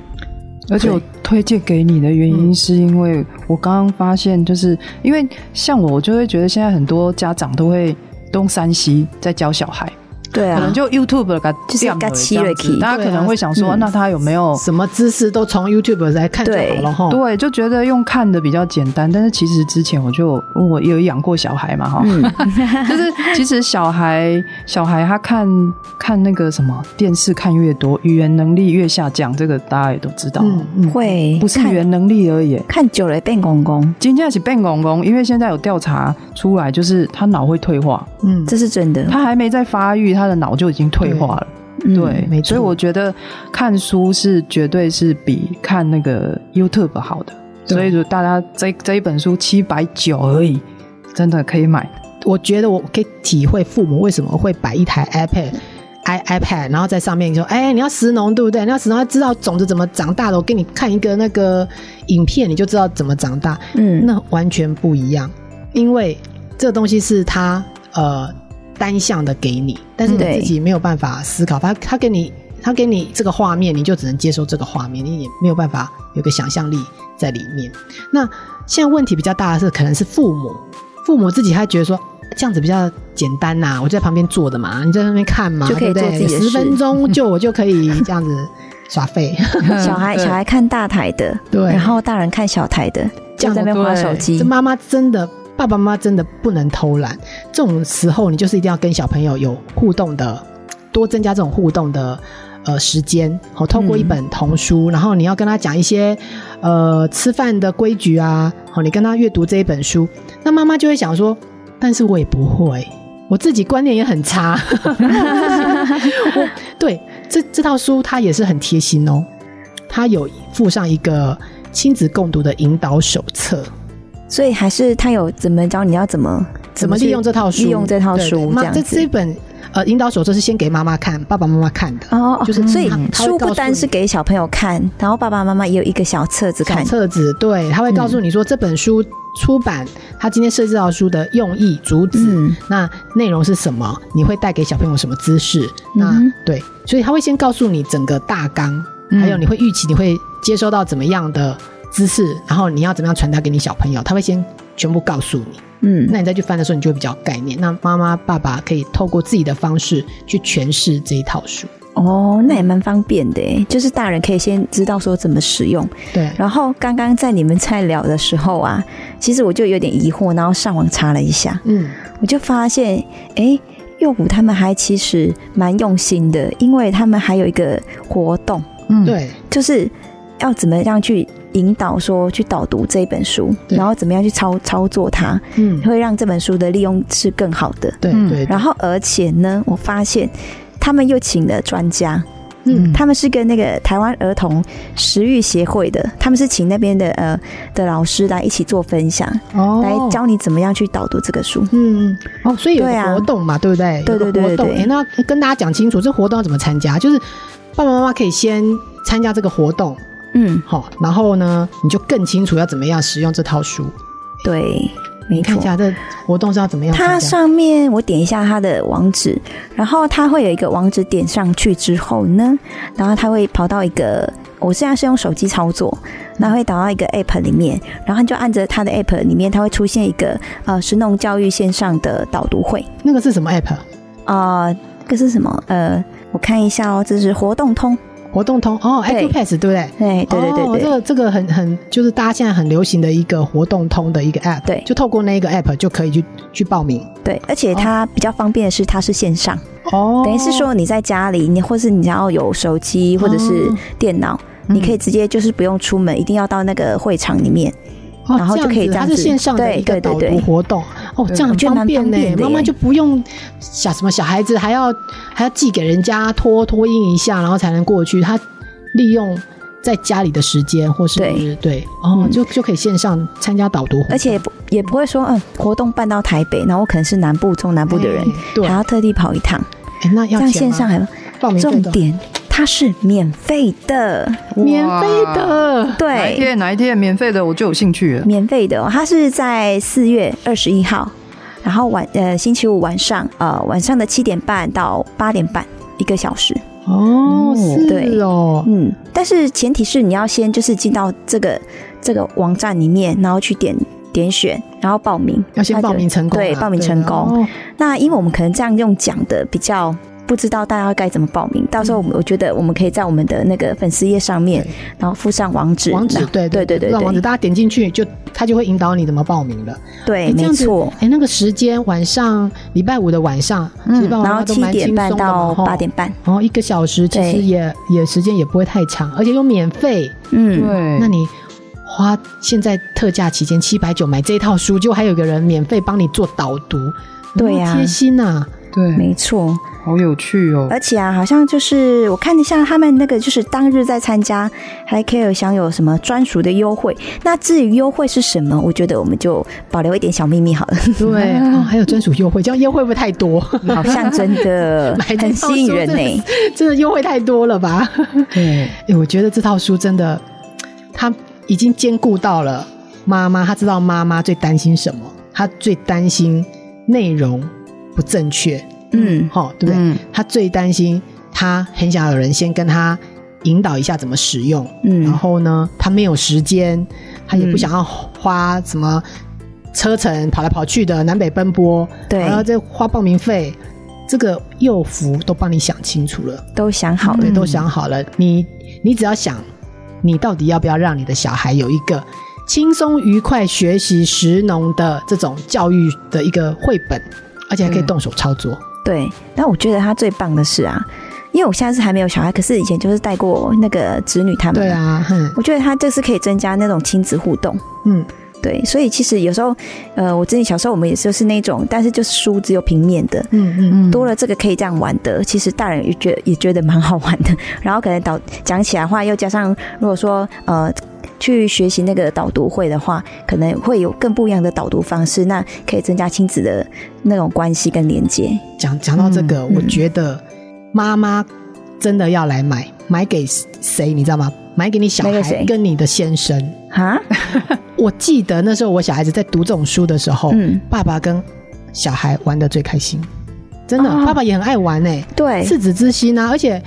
[SPEAKER 3] 而且我推荐给你的原因是因为我刚刚发现，就是因为像我，我就会觉得现在很多家长都会东山西在教小孩，
[SPEAKER 4] 对
[SPEAKER 3] 可能
[SPEAKER 4] 啊，
[SPEAKER 3] 就 YouTube 给
[SPEAKER 4] 就是
[SPEAKER 3] 掉了
[SPEAKER 4] 给
[SPEAKER 3] 这
[SPEAKER 4] 切
[SPEAKER 3] 样
[SPEAKER 4] 下去
[SPEAKER 3] 子，大家可
[SPEAKER 2] 对啊
[SPEAKER 3] 能会想说，
[SPEAKER 2] 嗯
[SPEAKER 3] 那他有没有
[SPEAKER 2] 什么知识都从 YouTube 来看就好了哈。
[SPEAKER 3] 哦对，就觉得用看的比较简单，但是其实之前我就我有养过小孩嘛，
[SPEAKER 4] 嗯
[SPEAKER 3] 哈、 就是其实小孩小孩他看看那个什么电视看越多，语言能力越下降，这个大家也都知道，
[SPEAKER 2] 嗯 嗯，
[SPEAKER 4] 会
[SPEAKER 3] 不是
[SPEAKER 4] 看
[SPEAKER 3] 语言能力而已。
[SPEAKER 4] 看久了变公公，
[SPEAKER 3] 今天是变公公，因为现在有调查出来，就是他脑会退化，
[SPEAKER 2] 嗯，
[SPEAKER 4] 这是真的。
[SPEAKER 3] 他还没在发育，他的脑就已经退化了。
[SPEAKER 4] 嗯
[SPEAKER 3] 对，
[SPEAKER 2] 没错
[SPEAKER 3] 所以我觉得看书是绝对是比看那个 YouTube 好的。
[SPEAKER 2] 对
[SPEAKER 3] 所以就大家这这一本书七百九而已，真的可以买。
[SPEAKER 2] 我觉得我可以体会父母为什么会摆一台 iPad。i iPad，然后在上面说，哎、你要食农对不对？你要食农，要知道种子怎么长大的。我给你看一个那个影片，你就知道怎么长大。
[SPEAKER 4] 嗯，
[SPEAKER 2] 那完全不一样，因为这个东西是他呃单向的给你，但是你
[SPEAKER 4] 对
[SPEAKER 2] 自己没有办法思考，他他给你他给你这个画面，你就只能接受这个画面，你也没有办法有个想象力在里面。那现在问题比较大的是，可能是父母，父母自己他觉得说。啊这样子比较简单呐、我就在旁边坐的嘛，你在那边看嘛，
[SPEAKER 4] 就可以
[SPEAKER 2] 对不对
[SPEAKER 4] 做自己的
[SPEAKER 2] 十
[SPEAKER 4] 事
[SPEAKER 2] 分钟就我就可以这样子耍 废，
[SPEAKER 4] 小孩
[SPEAKER 3] 对
[SPEAKER 4] 小孩看大台的，
[SPEAKER 2] 对
[SPEAKER 4] 然后大人看小台的，
[SPEAKER 2] 这
[SPEAKER 4] 就
[SPEAKER 2] 样
[SPEAKER 4] 在那边划手机
[SPEAKER 2] 这。妈妈真的，爸爸妈妈真的不能偷懒。这种时候，你就是一定要跟小朋友有互动的，多增加这种互动的呃时间。好、透过一本童书，然后你要跟他讲一些呃吃饭的规矩啊。好、你跟他阅读这一本书，那妈妈就会想说，但是我也不会。我自己观念也很差，我对这这套书它也是很贴心哦，它有附上一个亲子共读的引导手册，
[SPEAKER 4] 所以还是他有怎么教你要怎么
[SPEAKER 2] 怎么
[SPEAKER 4] 去
[SPEAKER 2] 利用这套书？
[SPEAKER 4] 利用这套
[SPEAKER 2] 对对
[SPEAKER 4] 书
[SPEAKER 2] 妈
[SPEAKER 4] 这样
[SPEAKER 2] 这
[SPEAKER 4] 子
[SPEAKER 2] 这本呃引导手册是先给妈妈看，爸爸妈妈看的。
[SPEAKER 4] 哦，哦
[SPEAKER 2] 就是
[SPEAKER 4] 所以
[SPEAKER 2] 他他会
[SPEAKER 4] 书
[SPEAKER 2] 告诉
[SPEAKER 4] 不单
[SPEAKER 2] 你
[SPEAKER 4] 是给小朋友看，然后爸爸妈妈也有一个小册子
[SPEAKER 2] 小
[SPEAKER 4] 看，嗯
[SPEAKER 2] 册子，对，他会告诉你说这本书出版，他今天设计到的书的用意、主旨，
[SPEAKER 4] 嗯
[SPEAKER 2] 那内容是什么，你会带给小朋友什么知识？那、
[SPEAKER 4] 嗯哼
[SPEAKER 2] 对，所以他会先告诉你整个大纲，
[SPEAKER 3] 嗯
[SPEAKER 2] 还有你会预期你会接收到怎么样的知识，然后你要怎么样传达给你小朋友，他会先全部告诉你。
[SPEAKER 4] 嗯，
[SPEAKER 2] 那你再去翻的时候，你就会比较有概念。那妈妈、爸爸可以透过自己的方式去诠释这一套书。
[SPEAKER 4] 哦，那也蛮方便的耶，就是大人可以先知道说怎么使用。
[SPEAKER 2] 对，
[SPEAKER 4] 然后刚刚在你们在聊的时候啊，其实我就有点疑惑，然后上网查了一下，
[SPEAKER 2] 嗯，
[SPEAKER 4] 我就发现，哎，幼虎他们还其实蛮用心的，因为他们还有一个活动，
[SPEAKER 3] 嗯，
[SPEAKER 2] 对，
[SPEAKER 4] 就是要怎么样去引导说去导读这本书，
[SPEAKER 2] 对
[SPEAKER 4] 然后怎么样去操操作它，
[SPEAKER 2] 嗯，
[SPEAKER 4] 会让这本书的利用是更好的。
[SPEAKER 2] 对
[SPEAKER 3] 嗯
[SPEAKER 2] 对，
[SPEAKER 4] 然后而且呢，我发现他们又请了专家，
[SPEAKER 2] 嗯
[SPEAKER 4] 他们是跟那个台湾儿童食育协会的，他们是请那边的呃的老师来一起做分享，
[SPEAKER 2] 哦
[SPEAKER 4] 来教你怎么样去导读这个书。
[SPEAKER 2] 嗯，哦，所以有
[SPEAKER 4] 对
[SPEAKER 2] 个
[SPEAKER 4] 啊
[SPEAKER 2] 活动嘛，对不对？
[SPEAKER 4] 对
[SPEAKER 2] 有个
[SPEAKER 4] 对对
[SPEAKER 2] 活动。
[SPEAKER 4] 对
[SPEAKER 2] 诶那跟大家讲清楚，这活动要怎么参加？就是爸爸妈妈可以先参加这个活动，
[SPEAKER 4] 嗯，
[SPEAKER 2] 好，然后呢，你就更清楚要怎么样使用这套书。
[SPEAKER 4] 对，
[SPEAKER 2] 你
[SPEAKER 4] 没
[SPEAKER 2] 看一
[SPEAKER 4] 错。
[SPEAKER 2] 下这活动是要怎么样参
[SPEAKER 4] 它
[SPEAKER 2] 加？
[SPEAKER 4] 上面我点一下它的网址，然后它会有一个网址点上去之后呢，然后它会跑到一个，我现在是用手机操作，那会导到一个 app 里面，然后你就按着它的 app 里面，它会出现一个呃神农教育线上的导读会，
[SPEAKER 2] 那个是什么 app？
[SPEAKER 4] 啊，这是什么？呃，我看一下哦，这是活动通，
[SPEAKER 2] 活动通哦
[SPEAKER 4] 对
[SPEAKER 2] ，iPad 对不对？
[SPEAKER 4] 对对对
[SPEAKER 2] 哦、这
[SPEAKER 4] 对对，
[SPEAKER 2] 个这个很很就是大家现在很流行的一个活动通的一个 app，
[SPEAKER 4] 对
[SPEAKER 2] 就透过那个 app 就可以去去报名
[SPEAKER 4] 对，而且它比较方便的是，它是线上，
[SPEAKER 2] 哦
[SPEAKER 4] 等于是说你在家里，你或是你要有手机或者是
[SPEAKER 2] 哦
[SPEAKER 4] 电脑，
[SPEAKER 3] 嗯
[SPEAKER 4] 你可以直接就是不用出门，一定要到那个会场里面。
[SPEAKER 2] 哦
[SPEAKER 4] 然后就可以
[SPEAKER 2] 这
[SPEAKER 4] 这
[SPEAKER 2] 样
[SPEAKER 4] 样
[SPEAKER 2] 子它
[SPEAKER 4] 子
[SPEAKER 2] 是线上的一个
[SPEAKER 4] 对
[SPEAKER 2] 导
[SPEAKER 4] 对对
[SPEAKER 2] 读活动哦，
[SPEAKER 3] 对
[SPEAKER 2] 这样
[SPEAKER 4] 我
[SPEAKER 2] 很
[SPEAKER 4] 觉得
[SPEAKER 2] 方
[SPEAKER 4] 蛮
[SPEAKER 2] 便
[SPEAKER 4] 方
[SPEAKER 2] 呢，
[SPEAKER 4] 便的
[SPEAKER 2] 妈妈
[SPEAKER 4] 耶
[SPEAKER 2] 就不用小什么小孩子还要还要寄给人家托托印一下，然后才能过去，他利用。在家里的时间，或是
[SPEAKER 4] 对
[SPEAKER 2] 对哦，
[SPEAKER 4] 嗯
[SPEAKER 2] 就就可以线上参加导读活动，
[SPEAKER 4] 而且也不也不会说，嗯，活动办到台北，然后我可能是南部中南部的人
[SPEAKER 2] 哎，对
[SPEAKER 4] 还要特地跑一趟，
[SPEAKER 2] 哎那
[SPEAKER 4] 这
[SPEAKER 2] 要
[SPEAKER 4] 样
[SPEAKER 2] 钱
[SPEAKER 4] 线
[SPEAKER 2] 吗
[SPEAKER 4] 上还
[SPEAKER 2] 报名费
[SPEAKER 4] 重
[SPEAKER 2] 多少
[SPEAKER 4] 点，它是免费的，
[SPEAKER 2] 免费
[SPEAKER 3] 哇。
[SPEAKER 2] 的，
[SPEAKER 3] 哪一
[SPEAKER 4] 对，
[SPEAKER 3] 天哪一天免费的我就有兴趣了。
[SPEAKER 4] 免费的哦、它是在四月二十一号，然后晚呃星期五晚上，呃晚上的七点半到八点半。一个小时，
[SPEAKER 2] 哦，是
[SPEAKER 4] 对
[SPEAKER 2] 哦，
[SPEAKER 4] 嗯，但是前提是你要先就是进到这个这个网站里面，然后去点点选，然后报名，
[SPEAKER 2] 要先
[SPEAKER 4] 那就
[SPEAKER 2] 报名成功啊，
[SPEAKER 4] 对，报名成功。
[SPEAKER 2] 哦
[SPEAKER 4] 那因为我们可能这样用讲的比较不知道大家该怎么报名，到时候我们我觉得我们可以在我们的那个粉丝页上面
[SPEAKER 2] 嗯对，
[SPEAKER 4] 然后附上网址，
[SPEAKER 2] 网址
[SPEAKER 4] 那
[SPEAKER 2] 对
[SPEAKER 4] 对
[SPEAKER 2] 对
[SPEAKER 4] 对对
[SPEAKER 2] 让网址
[SPEAKER 4] 对，
[SPEAKER 2] 大家点进去就他就会引导你怎么报名了。
[SPEAKER 4] 对，
[SPEAKER 2] 诶这
[SPEAKER 4] 没
[SPEAKER 2] 样子
[SPEAKER 4] 错。
[SPEAKER 2] 哎，那个时间晚上礼拜五的晚上，其实爸爸妈
[SPEAKER 4] 然
[SPEAKER 2] 妈
[SPEAKER 4] 后
[SPEAKER 2] 都
[SPEAKER 4] 七
[SPEAKER 2] 蛮轻
[SPEAKER 4] 点
[SPEAKER 2] 松的
[SPEAKER 4] 半到
[SPEAKER 2] 嘛吼
[SPEAKER 4] 八点半，
[SPEAKER 2] 哦，一个小时其实
[SPEAKER 4] 对
[SPEAKER 2] 也也时间也不会太长，而且又免费。
[SPEAKER 4] 嗯，
[SPEAKER 3] 对，
[SPEAKER 2] 那你花现在特价期间七百九买这一套书，就还有一个人免费帮你做导读，
[SPEAKER 4] 对
[SPEAKER 2] 呀，
[SPEAKER 4] 啊
[SPEAKER 2] 贴心呐。
[SPEAKER 3] 对，
[SPEAKER 4] 没错。
[SPEAKER 3] 好有趣哦。
[SPEAKER 2] 哎
[SPEAKER 4] 而且啊，好像就是我看一下他们那个，就是当日在参加，还可以享有什么专属的优惠。那至于优惠是什么，我觉得我们就保留一点小秘密好 了。
[SPEAKER 2] 对，哦、还有专属优惠，这样优惠会不会太多？
[SPEAKER 4] 好像真的
[SPEAKER 2] 买这套
[SPEAKER 4] 很
[SPEAKER 2] 书
[SPEAKER 4] 吸引人欸
[SPEAKER 2] 真
[SPEAKER 4] 呢、
[SPEAKER 2] 的真的优惠太多了吧？
[SPEAKER 3] 对，
[SPEAKER 2] 哎、我觉得这套书真的，他已经兼顾到了妈妈，他知道妈妈最担心什么，他最担心内容不正确，
[SPEAKER 4] 嗯，
[SPEAKER 2] 哈，对不对？
[SPEAKER 3] 嗯
[SPEAKER 2] 他最担心，他很想有人先跟他引导一下怎么使用，
[SPEAKER 4] 嗯
[SPEAKER 2] 然后呢，他没有时间，他也不想要花什么车程跑来跑去的南北奔波，
[SPEAKER 4] 对
[SPEAKER 2] 然后再花报名费，这个幼福都帮你想清楚了。
[SPEAKER 4] 都想好了
[SPEAKER 2] 对，。都想好了。你你只要想，你到底要不要让你的小孩有一个轻松愉快学习识农的这种教育的一个绘本，而且还可
[SPEAKER 4] 嗯
[SPEAKER 2] 以动手操作。
[SPEAKER 4] 对，但我觉得他最棒的是啊，因为我现在是还没有小孩，可是以前就是带过那个侄女他们。
[SPEAKER 2] 对，啊，嗯
[SPEAKER 4] 我觉得他这是可以增加那种亲子互动。
[SPEAKER 2] 嗯，
[SPEAKER 4] 对，所以其实有时候，呃，我自己小时候我们也就是那种，但是就是书只有平面的，
[SPEAKER 2] 嗯嗯，
[SPEAKER 3] 嗯
[SPEAKER 4] 多了这个可以这样玩的，其实大人也觉也觉得蛮好玩的。 然后可能导讲起来的话，又加上如果说呃去学习那个导读会的话，可能会有更不一样的导读方式，那可以增加亲子的那种关系跟连接。
[SPEAKER 2] 讲讲到这个，
[SPEAKER 4] 嗯
[SPEAKER 2] 我觉得妈妈真的要来买，买给谁你知道吗？买给你小
[SPEAKER 4] 买给
[SPEAKER 2] 孩
[SPEAKER 4] 谁
[SPEAKER 2] 跟你的先生。
[SPEAKER 4] 哈，
[SPEAKER 2] 我记得那时候我小孩子在读这种书的时候，
[SPEAKER 3] 哦
[SPEAKER 4] 嗯，
[SPEAKER 2] 爸爸跟小孩玩的最开心，真的，
[SPEAKER 4] 哦
[SPEAKER 2] 爸爸也很爱玩哎、
[SPEAKER 4] 对，
[SPEAKER 2] 赤子之心啊，而且。嘖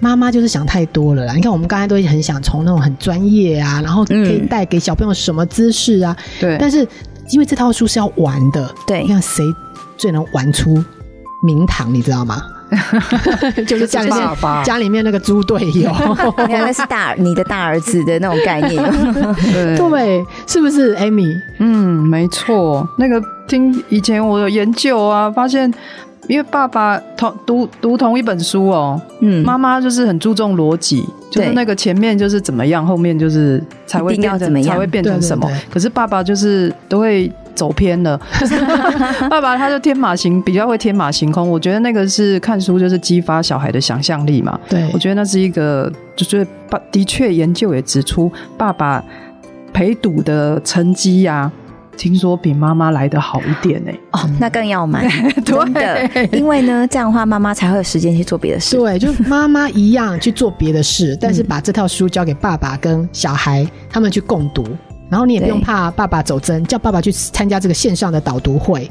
[SPEAKER 2] 妈妈就是想太多了啦！你看，我们刚才都很想从那种很专业啊，然后可以
[SPEAKER 4] 嗯
[SPEAKER 2] 带给小朋友什么知识啊，
[SPEAKER 3] 嗯对，
[SPEAKER 2] 但是因为这套书是要玩的，
[SPEAKER 4] 对
[SPEAKER 2] 你看谁最能玩出名堂，你知道吗？就是家里面
[SPEAKER 3] 爸爸
[SPEAKER 2] 家里面那个猪队友，
[SPEAKER 4] 原来是大你的大儿子的那种概 念。
[SPEAKER 3] 对，
[SPEAKER 2] 对，是不是？Amy，
[SPEAKER 3] 嗯，没错。那个听以前我有研究啊，发现因为爸爸同读读同一本书哦，
[SPEAKER 4] 嗯，
[SPEAKER 3] 妈妈就是很注重逻辑，就是
[SPEAKER 4] 对
[SPEAKER 3] 那个前面就是怎么样，后面就是才会
[SPEAKER 4] 一定要
[SPEAKER 3] 变成
[SPEAKER 4] 怎么样
[SPEAKER 3] 才会变
[SPEAKER 2] 对
[SPEAKER 3] 成
[SPEAKER 2] 对
[SPEAKER 3] 什么。
[SPEAKER 2] 对
[SPEAKER 3] 可是爸爸就是都会走偏了， 爸爸他就天马行比较会天马行空。我觉得那个是看书就是激发小孩的想象力嘛。
[SPEAKER 2] 对
[SPEAKER 3] 我觉得那是一个，就是爸的确研究也指出，爸爸陪读的成绩呀、听说比妈妈来的好一 点呢、
[SPEAKER 4] 哦，那更 要买，真的
[SPEAKER 3] 对，
[SPEAKER 4] 因为呢，这样的话妈妈才会有时间去做别的事。
[SPEAKER 2] 对，就妈妈一样去做别的事，但是把这套书交给爸爸跟小孩，他们去共读。然后你也不用
[SPEAKER 4] 对
[SPEAKER 2] 怕爸爸走针，叫爸爸去参加这个线上的导读会。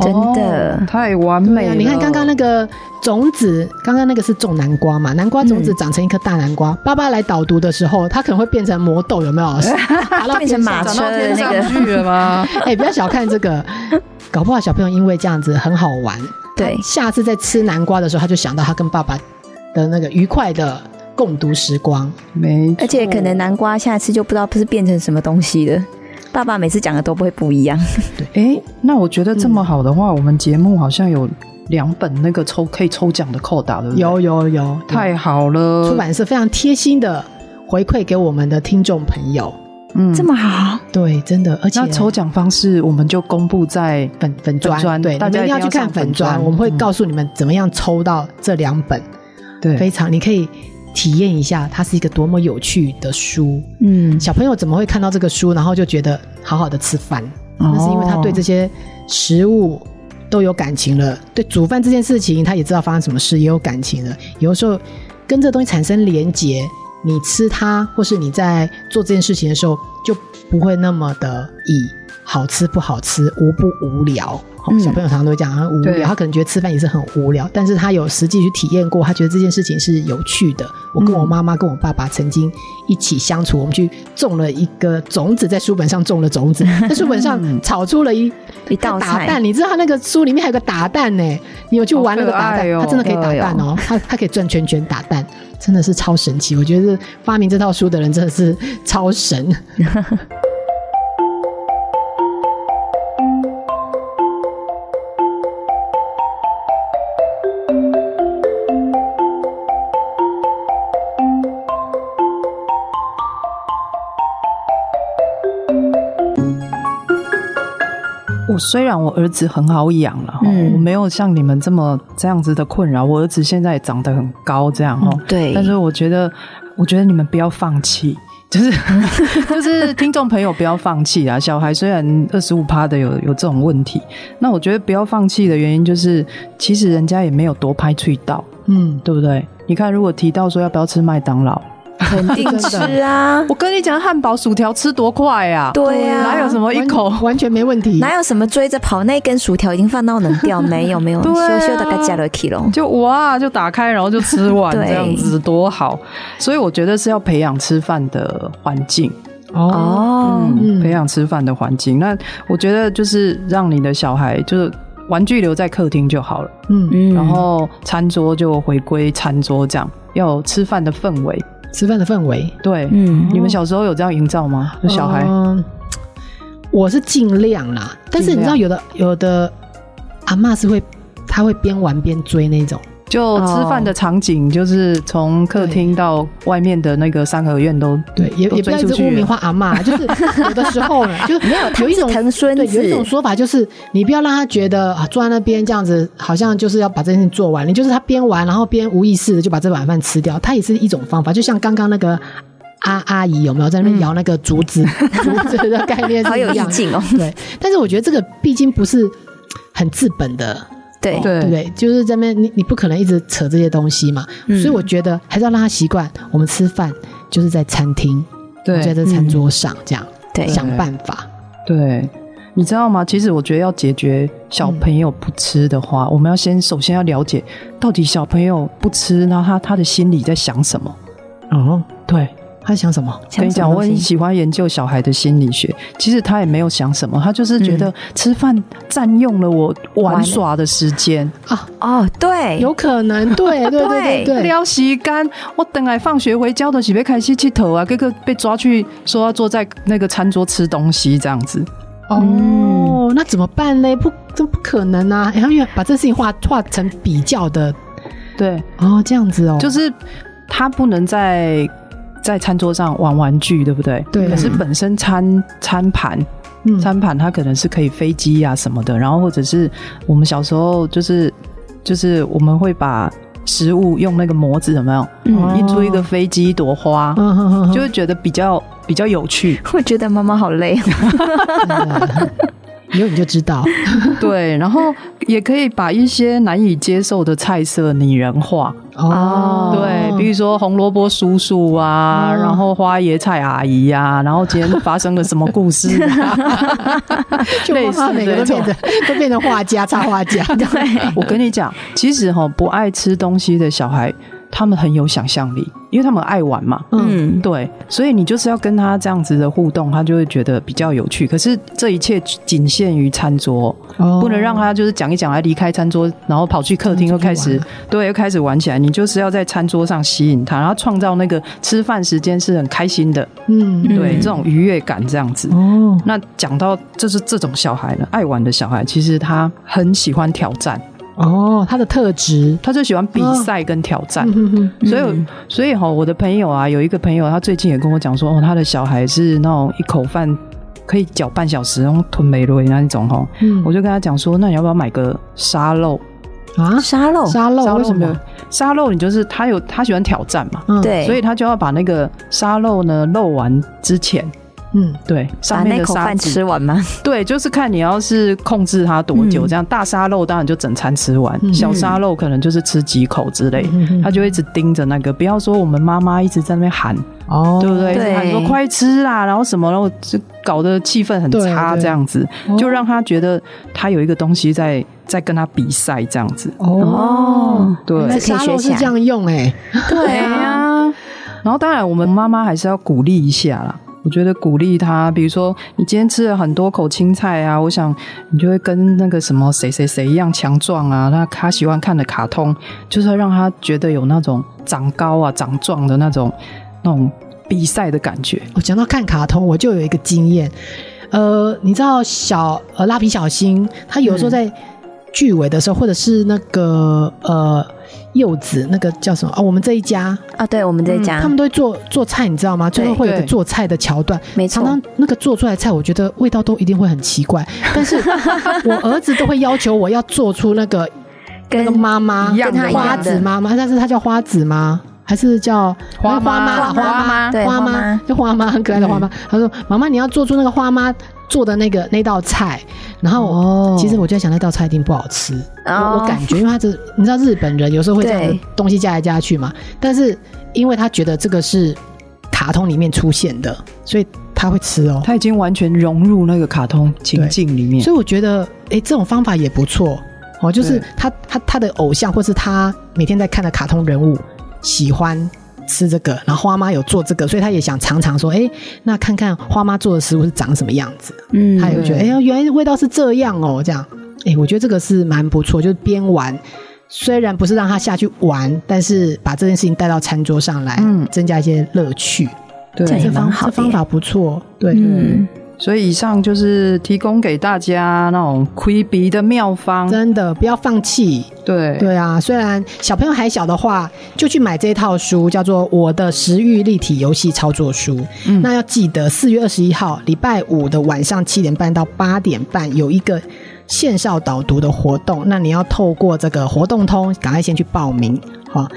[SPEAKER 4] 真的
[SPEAKER 3] 哦太完美
[SPEAKER 2] 对
[SPEAKER 3] 了。
[SPEAKER 2] 啊，你看刚刚那个种子，刚刚那个是种南瓜嘛，南瓜种子
[SPEAKER 4] 嗯
[SPEAKER 2] 长成一颗大南瓜。爸爸来导读的时候，他可能会变成魔豆，有没有？爬到
[SPEAKER 4] 变成
[SPEAKER 2] 天上
[SPEAKER 4] 马
[SPEAKER 3] 长
[SPEAKER 4] 车
[SPEAKER 3] 到
[SPEAKER 4] 的
[SPEAKER 3] 天
[SPEAKER 4] 那
[SPEAKER 3] 上
[SPEAKER 4] 个，
[SPEAKER 3] 去了吗？
[SPEAKER 2] 哎、不要小看这个，搞不好小朋友因为这样子很好玩，
[SPEAKER 4] 对
[SPEAKER 2] 下次在吃南瓜的时候，他就想到他跟爸爸的那个愉快的共读时光。
[SPEAKER 3] 没错，
[SPEAKER 2] 哎
[SPEAKER 4] 而且可能南瓜下次就不知道是变成什么东西了。爸爸每次讲的都不会不一样，
[SPEAKER 3] 哎，那我觉得这么
[SPEAKER 2] 嗯
[SPEAKER 3] 好的话，我们节目好像有两本那个抽可以抽奖的扣打，对不对？
[SPEAKER 2] 有有有，
[SPEAKER 3] 太好了，
[SPEAKER 2] 出版社非常贴心的回馈给我们的听众朋友。
[SPEAKER 3] 嗯
[SPEAKER 4] 这么好，
[SPEAKER 2] 对，真的，而且
[SPEAKER 3] 那抽奖方式我们就公布在
[SPEAKER 2] 粉粉砖，
[SPEAKER 3] 粉砖
[SPEAKER 2] 对，
[SPEAKER 3] 大
[SPEAKER 2] 你
[SPEAKER 3] 家
[SPEAKER 2] 们
[SPEAKER 3] 一
[SPEAKER 2] 要
[SPEAKER 3] 定要
[SPEAKER 2] 去看
[SPEAKER 3] 上粉
[SPEAKER 2] 粉砖，
[SPEAKER 3] 砖
[SPEAKER 2] 我们会
[SPEAKER 3] 嗯
[SPEAKER 2] 告诉你们怎么样抽到这两本，非
[SPEAKER 3] 对
[SPEAKER 2] 常你可以体验一下，它是一个多么有趣的书。
[SPEAKER 4] 嗯，
[SPEAKER 2] 小朋友怎么会看到这个书，然后就觉得好好的吃饭？
[SPEAKER 3] 哦
[SPEAKER 2] 那是因为他对这些食物都有感情了，对煮饭这件事情他也知道发生什么事，也有感情了。有的时候跟这个东西产生连结，你吃它，或是你在做这件事情的时候，就不会那么的以好吃不好吃、无不无聊。哦
[SPEAKER 4] 嗯
[SPEAKER 2] 小朋友常常都会讲很无
[SPEAKER 3] 对
[SPEAKER 2] 聊，他可能觉得吃饭也是很无聊，但是他有实际去体验过，他觉得这件事情是有趣的。我跟我妈妈、跟我爸爸曾经一起相处，我们去种了一个种子，在书本上种了种子，在书本上炒出了一
[SPEAKER 4] 一道
[SPEAKER 2] 打
[SPEAKER 4] 菜
[SPEAKER 2] 蛋。你知道他那个书里面还有个打蛋呢，你有去玩那个打
[SPEAKER 3] 好
[SPEAKER 2] 蛋
[SPEAKER 3] 可爱？哦
[SPEAKER 2] 他真的可以打蛋哦，他他可以转圈圈打蛋，真的是超神奇。我觉得发明这套书的人真的是超神。
[SPEAKER 3] 我虽然我儿子很好养了，
[SPEAKER 4] 嗯
[SPEAKER 3] 嗯、我没有像你们这么这样子的困扰。我儿子现在也长得很高，这样哦、
[SPEAKER 4] 对
[SPEAKER 3] 但是我觉得，我觉得你们不要放弃。 就是就是听众朋友不要放弃啊！小孩虽然二十五趴的有有这种问题，那我觉得不要放弃的原因就是，其实人家也没有多拍脆到，
[SPEAKER 2] 嗯，
[SPEAKER 3] 对不对？你看，如果提到说要不要吃麦当劳，，
[SPEAKER 4] 肯定 吃啊
[SPEAKER 3] 我跟你讲，汉堡、薯条吃多快啊！
[SPEAKER 4] 对啊，
[SPEAKER 3] 哪有什么一
[SPEAKER 2] 完
[SPEAKER 3] 口
[SPEAKER 2] 完全没问题。
[SPEAKER 4] 哪有什么追着跑？那一根薯条已经放到冷掉，没有没有，
[SPEAKER 3] 对啊
[SPEAKER 4] 羞羞的该加了 k i
[SPEAKER 3] 就哇，就打开然后就吃完
[SPEAKER 4] 对
[SPEAKER 3] 这样子多好。所以我觉得是要培养吃饭的环境，
[SPEAKER 2] 哦，
[SPEAKER 4] 哦，
[SPEAKER 2] 嗯
[SPEAKER 3] 嗯，培养吃饭的环境。那我觉得就是让你的小孩就是。玩具留在客厅就好了，
[SPEAKER 2] 嗯，
[SPEAKER 4] 嗯
[SPEAKER 3] 然后餐桌就回归餐桌，这样要有吃饭的氛围。
[SPEAKER 2] 吃饭的氛围，
[SPEAKER 3] 对，
[SPEAKER 4] 嗯哦
[SPEAKER 3] 你们小时候有这样营造吗？有小孩，
[SPEAKER 2] 嗯我是尽量啦，但是你知道有的有的阿嬷是会，她会边玩边追那种。
[SPEAKER 3] 就
[SPEAKER 4] 哦
[SPEAKER 3] 吃饭的场景，就是从客厅到外面的那个三合院都
[SPEAKER 2] 对，也
[SPEAKER 3] 都
[SPEAKER 2] 也不要
[SPEAKER 3] 追
[SPEAKER 2] 一
[SPEAKER 3] 出
[SPEAKER 2] 直
[SPEAKER 3] 去
[SPEAKER 2] 污名
[SPEAKER 3] 了。
[SPEAKER 2] 化阿嬷，就是有的时候呢，就是没有有一
[SPEAKER 4] 是
[SPEAKER 2] 种
[SPEAKER 4] 疼孙
[SPEAKER 2] 对，有一
[SPEAKER 4] 子
[SPEAKER 2] 种说法就是，你不要让他觉得啊，坐在那边这样子，好像就是要把这件事情做完。你就是他边玩，然后边无意识的就把这碗饭吃掉，它也是一种方法。就像刚刚那个阿阿姨有没有在那边摇那个竹子， 竹子的概念
[SPEAKER 4] 好
[SPEAKER 2] 是
[SPEAKER 4] 有
[SPEAKER 2] 一
[SPEAKER 4] 意
[SPEAKER 2] 样的。
[SPEAKER 4] 境哦，
[SPEAKER 2] 对，但是我觉得这个毕竟不是很治本的
[SPEAKER 4] 对，
[SPEAKER 2] 对不对？就是这边你你不可能一直扯这些东西嘛，
[SPEAKER 4] 嗯
[SPEAKER 2] 所以我觉得还是要让他习惯，我们吃饭就是在餐厅，
[SPEAKER 3] 对
[SPEAKER 2] 就在餐桌上这样
[SPEAKER 4] 嗯对
[SPEAKER 2] 想办法。
[SPEAKER 3] 对，你知道吗？其实我觉得要解决小朋友不吃的话，我们要先首先要了解到底小朋友不吃，然后他他的心里在想什么。
[SPEAKER 2] 哦，
[SPEAKER 3] 对，
[SPEAKER 2] 他在想什么？
[SPEAKER 3] 跟你讲，我
[SPEAKER 4] 想什么东西
[SPEAKER 3] 很喜欢研究小孩的心理学。其实他也没有想什么，他就是觉得吃饭占用了我玩耍的时间。
[SPEAKER 4] 哦，对，
[SPEAKER 2] 啊有可能，对对对对对，
[SPEAKER 3] 撩时间，我等来放学回家的时候开始剃头啊，哥哥被抓去说要坐在那个餐桌吃东西这样子。
[SPEAKER 2] 哦，那怎么办嘞？不，这不可能啊！哎他们把这事情化化成比较的
[SPEAKER 3] 对，
[SPEAKER 2] 哦，这样子哦，
[SPEAKER 3] 就是他不能在在餐桌上玩玩具，对不对？
[SPEAKER 2] 对
[SPEAKER 3] 可是本身餐餐盘，
[SPEAKER 2] 嗯
[SPEAKER 3] 餐盘它可能是可以飞机啊什么的，然后或者是我们小时候就是就是我们会把食物用那个模子有没有？
[SPEAKER 4] 嗯
[SPEAKER 3] 一株一个飞机，一朵花，
[SPEAKER 2] 嗯哼哼哼
[SPEAKER 3] 就会觉得比较比较有趣。
[SPEAKER 4] 我觉得妈妈好累，
[SPEAKER 2] 嗯
[SPEAKER 4] 啊
[SPEAKER 2] 以后你就知道，
[SPEAKER 3] 对，然后也可以把一些难以接受的菜色拟人化。
[SPEAKER 2] 哦，
[SPEAKER 3] 对，比如说红萝卜叔叔啊，
[SPEAKER 2] 哦
[SPEAKER 3] 然后花椰菜阿姨呀、啊，然后今天发生了什么 故事、啊？
[SPEAKER 2] 就
[SPEAKER 3] 类
[SPEAKER 2] 他
[SPEAKER 3] 似
[SPEAKER 2] 每个
[SPEAKER 3] 这
[SPEAKER 2] 都变
[SPEAKER 3] 种
[SPEAKER 2] 成 都变成画家、插画家，
[SPEAKER 4] 对，
[SPEAKER 3] 我跟你讲，其实哈、不爱吃东西的小孩，他们很有想象力，因为他们爱玩嘛。
[SPEAKER 2] 嗯，
[SPEAKER 4] 嗯，
[SPEAKER 3] 对，所以你就是要跟他这样子的互动，他就会觉得比较有趣。可是这一切仅限于餐桌，
[SPEAKER 2] 哦
[SPEAKER 3] 嗯不能让他就是讲一讲，还离开餐桌，然后跑去客厅又开
[SPEAKER 2] 嗯出去
[SPEAKER 3] 始
[SPEAKER 2] 玩
[SPEAKER 3] 对，又开始玩起来。你就是要在餐桌上吸引他，然后创造那个吃饭时间是很开心的，
[SPEAKER 2] 嗯
[SPEAKER 3] 对
[SPEAKER 4] 嗯
[SPEAKER 3] 这种愉悦感这样子。
[SPEAKER 2] 哦，
[SPEAKER 3] 那讲到就是这种小孩呢，爱玩的小孩，其实他很喜欢挑战，
[SPEAKER 2] 哦，他的特质，
[SPEAKER 3] 他最喜欢比赛跟挑战。
[SPEAKER 2] 嗯哼哼
[SPEAKER 3] 所以我，所以哈、我的朋友啊，有一个朋友，他最近也跟我讲说，哦，他的小孩是那种一口饭可以嚼半小时，然后吞没落那一种哈、
[SPEAKER 2] 嗯
[SPEAKER 3] 我就跟他讲说，那你要不要买个沙漏？
[SPEAKER 2] 啊，
[SPEAKER 4] 沙漏，
[SPEAKER 2] 沙漏为什
[SPEAKER 3] 哦没有
[SPEAKER 2] 么？
[SPEAKER 3] 沙漏你就是他有他喜欢挑战嘛，
[SPEAKER 2] 嗯，
[SPEAKER 4] 对，
[SPEAKER 3] 所以他就要把那个沙漏呢漏完之前，
[SPEAKER 2] 嗯，
[SPEAKER 3] 对
[SPEAKER 4] 把
[SPEAKER 3] 上面
[SPEAKER 4] 那
[SPEAKER 3] 的
[SPEAKER 4] 口
[SPEAKER 3] 沙
[SPEAKER 4] 饭
[SPEAKER 3] 子
[SPEAKER 4] 吃完吗？
[SPEAKER 3] 对，就是看你要是控制它多久，
[SPEAKER 4] 嗯
[SPEAKER 3] 这样大沙漏当然就整餐吃完，
[SPEAKER 2] 嗯
[SPEAKER 3] 小沙漏可能就是吃几口之类。
[SPEAKER 2] 嗯嗯嗯
[SPEAKER 3] 他就一直盯着那个，不要说我们妈妈一直在那边喊，
[SPEAKER 2] 哦，
[SPEAKER 3] 对不对？一直喊
[SPEAKER 4] 对
[SPEAKER 3] 说快吃啦，然后什么，然后就搞得气氛很
[SPEAKER 2] 对
[SPEAKER 3] 差，
[SPEAKER 2] 对
[SPEAKER 3] 这样子
[SPEAKER 2] 哦
[SPEAKER 3] 就让他觉得他有一个东西在在跟他比赛，这样子。
[SPEAKER 2] 哦，
[SPEAKER 4] 哦，
[SPEAKER 3] 对
[SPEAKER 2] 原来沙漏是这样用哎，
[SPEAKER 4] 对啊，
[SPEAKER 3] 呀，然后当然我们妈妈还是要鼓励一下啦。我觉得鼓励他，比如说你今天吃了很多口青菜啊，我想你就会跟那个什么谁谁谁一样强壮啊。那他喜欢看的卡通，就是要让他觉得有那种长高啊、长壮的那种那种比赛的感觉。
[SPEAKER 2] 我哦讲到看卡通，我就有一个经验，呃，你知道小
[SPEAKER 3] 嗯
[SPEAKER 2] 呃蜡笔小新，他有时候在剧尾的时候，或者是那个呃柚子那个叫什么啊、我们这一家
[SPEAKER 4] 啊，对，我们在家
[SPEAKER 2] 他，们都会做做菜，你知道吗？最后会有一个
[SPEAKER 3] 对
[SPEAKER 2] 做菜的桥段，
[SPEAKER 4] 没
[SPEAKER 2] 常
[SPEAKER 4] 错，
[SPEAKER 2] 常那个做出来的菜，我觉得味道都一定会很奇怪，但是我儿子都会要求我要做出那个那
[SPEAKER 4] 跟
[SPEAKER 2] 个妈妈
[SPEAKER 3] 一样的
[SPEAKER 4] 跟他一
[SPEAKER 2] 花
[SPEAKER 4] 样
[SPEAKER 2] 子
[SPEAKER 4] 的，
[SPEAKER 2] 妈妈，但是她叫花子吗？还是叫
[SPEAKER 3] 花妈
[SPEAKER 2] 妈？
[SPEAKER 3] 花
[SPEAKER 2] 花
[SPEAKER 3] 妈
[SPEAKER 4] 对
[SPEAKER 2] 花
[SPEAKER 4] 花
[SPEAKER 2] 妈
[SPEAKER 4] 妈
[SPEAKER 2] 就花妈，很可爱的花妈。她说：“妈妈，你要做出那个花妈做的那个那道菜。”然后我
[SPEAKER 3] 哦
[SPEAKER 2] 其实我就在想，那道菜一定不好吃。我
[SPEAKER 4] 哦
[SPEAKER 2] 我感觉，因为他这你知道日本人有时候会这样的
[SPEAKER 4] 对
[SPEAKER 2] 东西加来加去嘛，但是因为他觉得这个是卡通里面出现的，所以他会吃哦。
[SPEAKER 3] 他已经完全融入那个卡通情境里面，
[SPEAKER 2] 所以我觉得，哎、这种方法也不错哦。就是
[SPEAKER 3] 对
[SPEAKER 2] 他他他的偶像，或是他每天在看的卡通人物，喜欢吃这个，然后花妈有做这个，所以他也想尝尝说，哎、那看看花妈做的食物是长什么样子。
[SPEAKER 4] 嗯
[SPEAKER 2] 他也会觉得，哎、
[SPEAKER 3] 对
[SPEAKER 2] 呦，原来味道是这样哦，这样。哎、我觉得这个是蛮不错，就是边玩。虽然不是让他下去玩，但是把这件事情带到餐桌上来，
[SPEAKER 3] 嗯
[SPEAKER 2] 增加一些乐趣。
[SPEAKER 3] 对
[SPEAKER 4] 这样
[SPEAKER 2] 这
[SPEAKER 4] 也哎蛮
[SPEAKER 2] 方
[SPEAKER 4] 好
[SPEAKER 2] 这
[SPEAKER 4] 的
[SPEAKER 2] 方
[SPEAKER 4] 耶
[SPEAKER 2] 法不错，对。
[SPEAKER 4] 嗯，
[SPEAKER 3] 所以以上就是提供给大家那种窥鼻的妙方，
[SPEAKER 2] 真的不要放弃，
[SPEAKER 3] 对
[SPEAKER 2] 对啊，虽然小朋友还小的话，就去买这套书，叫做《我的食欲立体游戏操作书》。
[SPEAKER 3] 嗯
[SPEAKER 2] 那要记得四月二十一号礼拜五的晚上七点半到八点半有一个线上导读的活动，那你要透过这个活动通，赶快先去报名。好、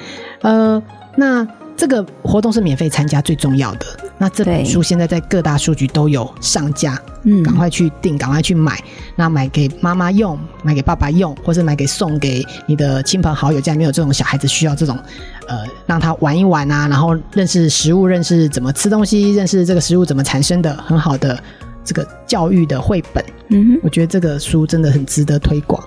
[SPEAKER 2] 呃，那这个活动是免费参加，最重要的。那这本
[SPEAKER 4] 对
[SPEAKER 2] 书现在在各大书局都有上架，
[SPEAKER 4] 嗯
[SPEAKER 2] 赶快去订，赶快去买。那买给妈妈用，买给爸爸用，或是买给送给你的亲朋好友，家里面有这种小孩子需要这种，呃，让他玩一玩啊，然后认识食物，认识怎么吃东西，认识这个食物怎么产生的，很好的这个教育的绘本。
[SPEAKER 4] 嗯哼，
[SPEAKER 2] 我觉得这个书真的很值得推广。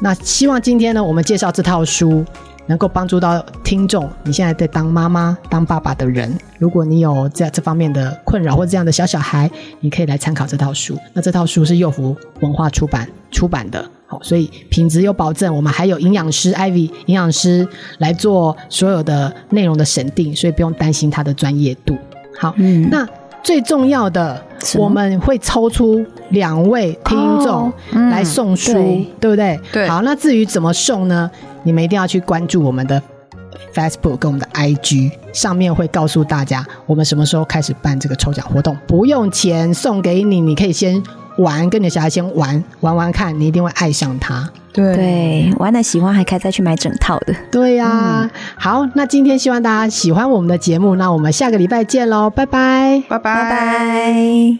[SPEAKER 2] 那希望今天呢，我们介绍这套书能够帮助到听众。你现在在当妈妈、当爸爸的人，如果你有这这方面的困扰或这样的小小孩，你可以来参考这套书。那这套书是幼福文化出版出版的，好，所以品质有保证。我们还有营养师 Ivy 营养师来做所有的内容的审定，所以不用担心他的专业度。好，
[SPEAKER 4] 嗯
[SPEAKER 2] 那最重要的，
[SPEAKER 4] 什么
[SPEAKER 2] 我们会抽出两位听众
[SPEAKER 4] 哦
[SPEAKER 3] 嗯
[SPEAKER 2] 来送书，
[SPEAKER 4] 对
[SPEAKER 2] 对不对？
[SPEAKER 3] 对
[SPEAKER 2] 好，那至于怎么送呢？你们一定要去关注我们的 Facebook 跟我们的 IG，上面会告诉大家我们什么时候开始办这个抽奖活动，不用钱送给你，你可以先玩，跟你的小孩先玩玩玩看，你一定会爱上它。
[SPEAKER 3] 对
[SPEAKER 4] 对，玩的喜欢还可以再去买整套的，
[SPEAKER 2] 对呀、
[SPEAKER 4] 嗯
[SPEAKER 2] 好，那今天希望大家喜欢我们的节目，那我们下个礼拜见喽，拜拜。
[SPEAKER 3] 拜拜
[SPEAKER 4] 拜拜。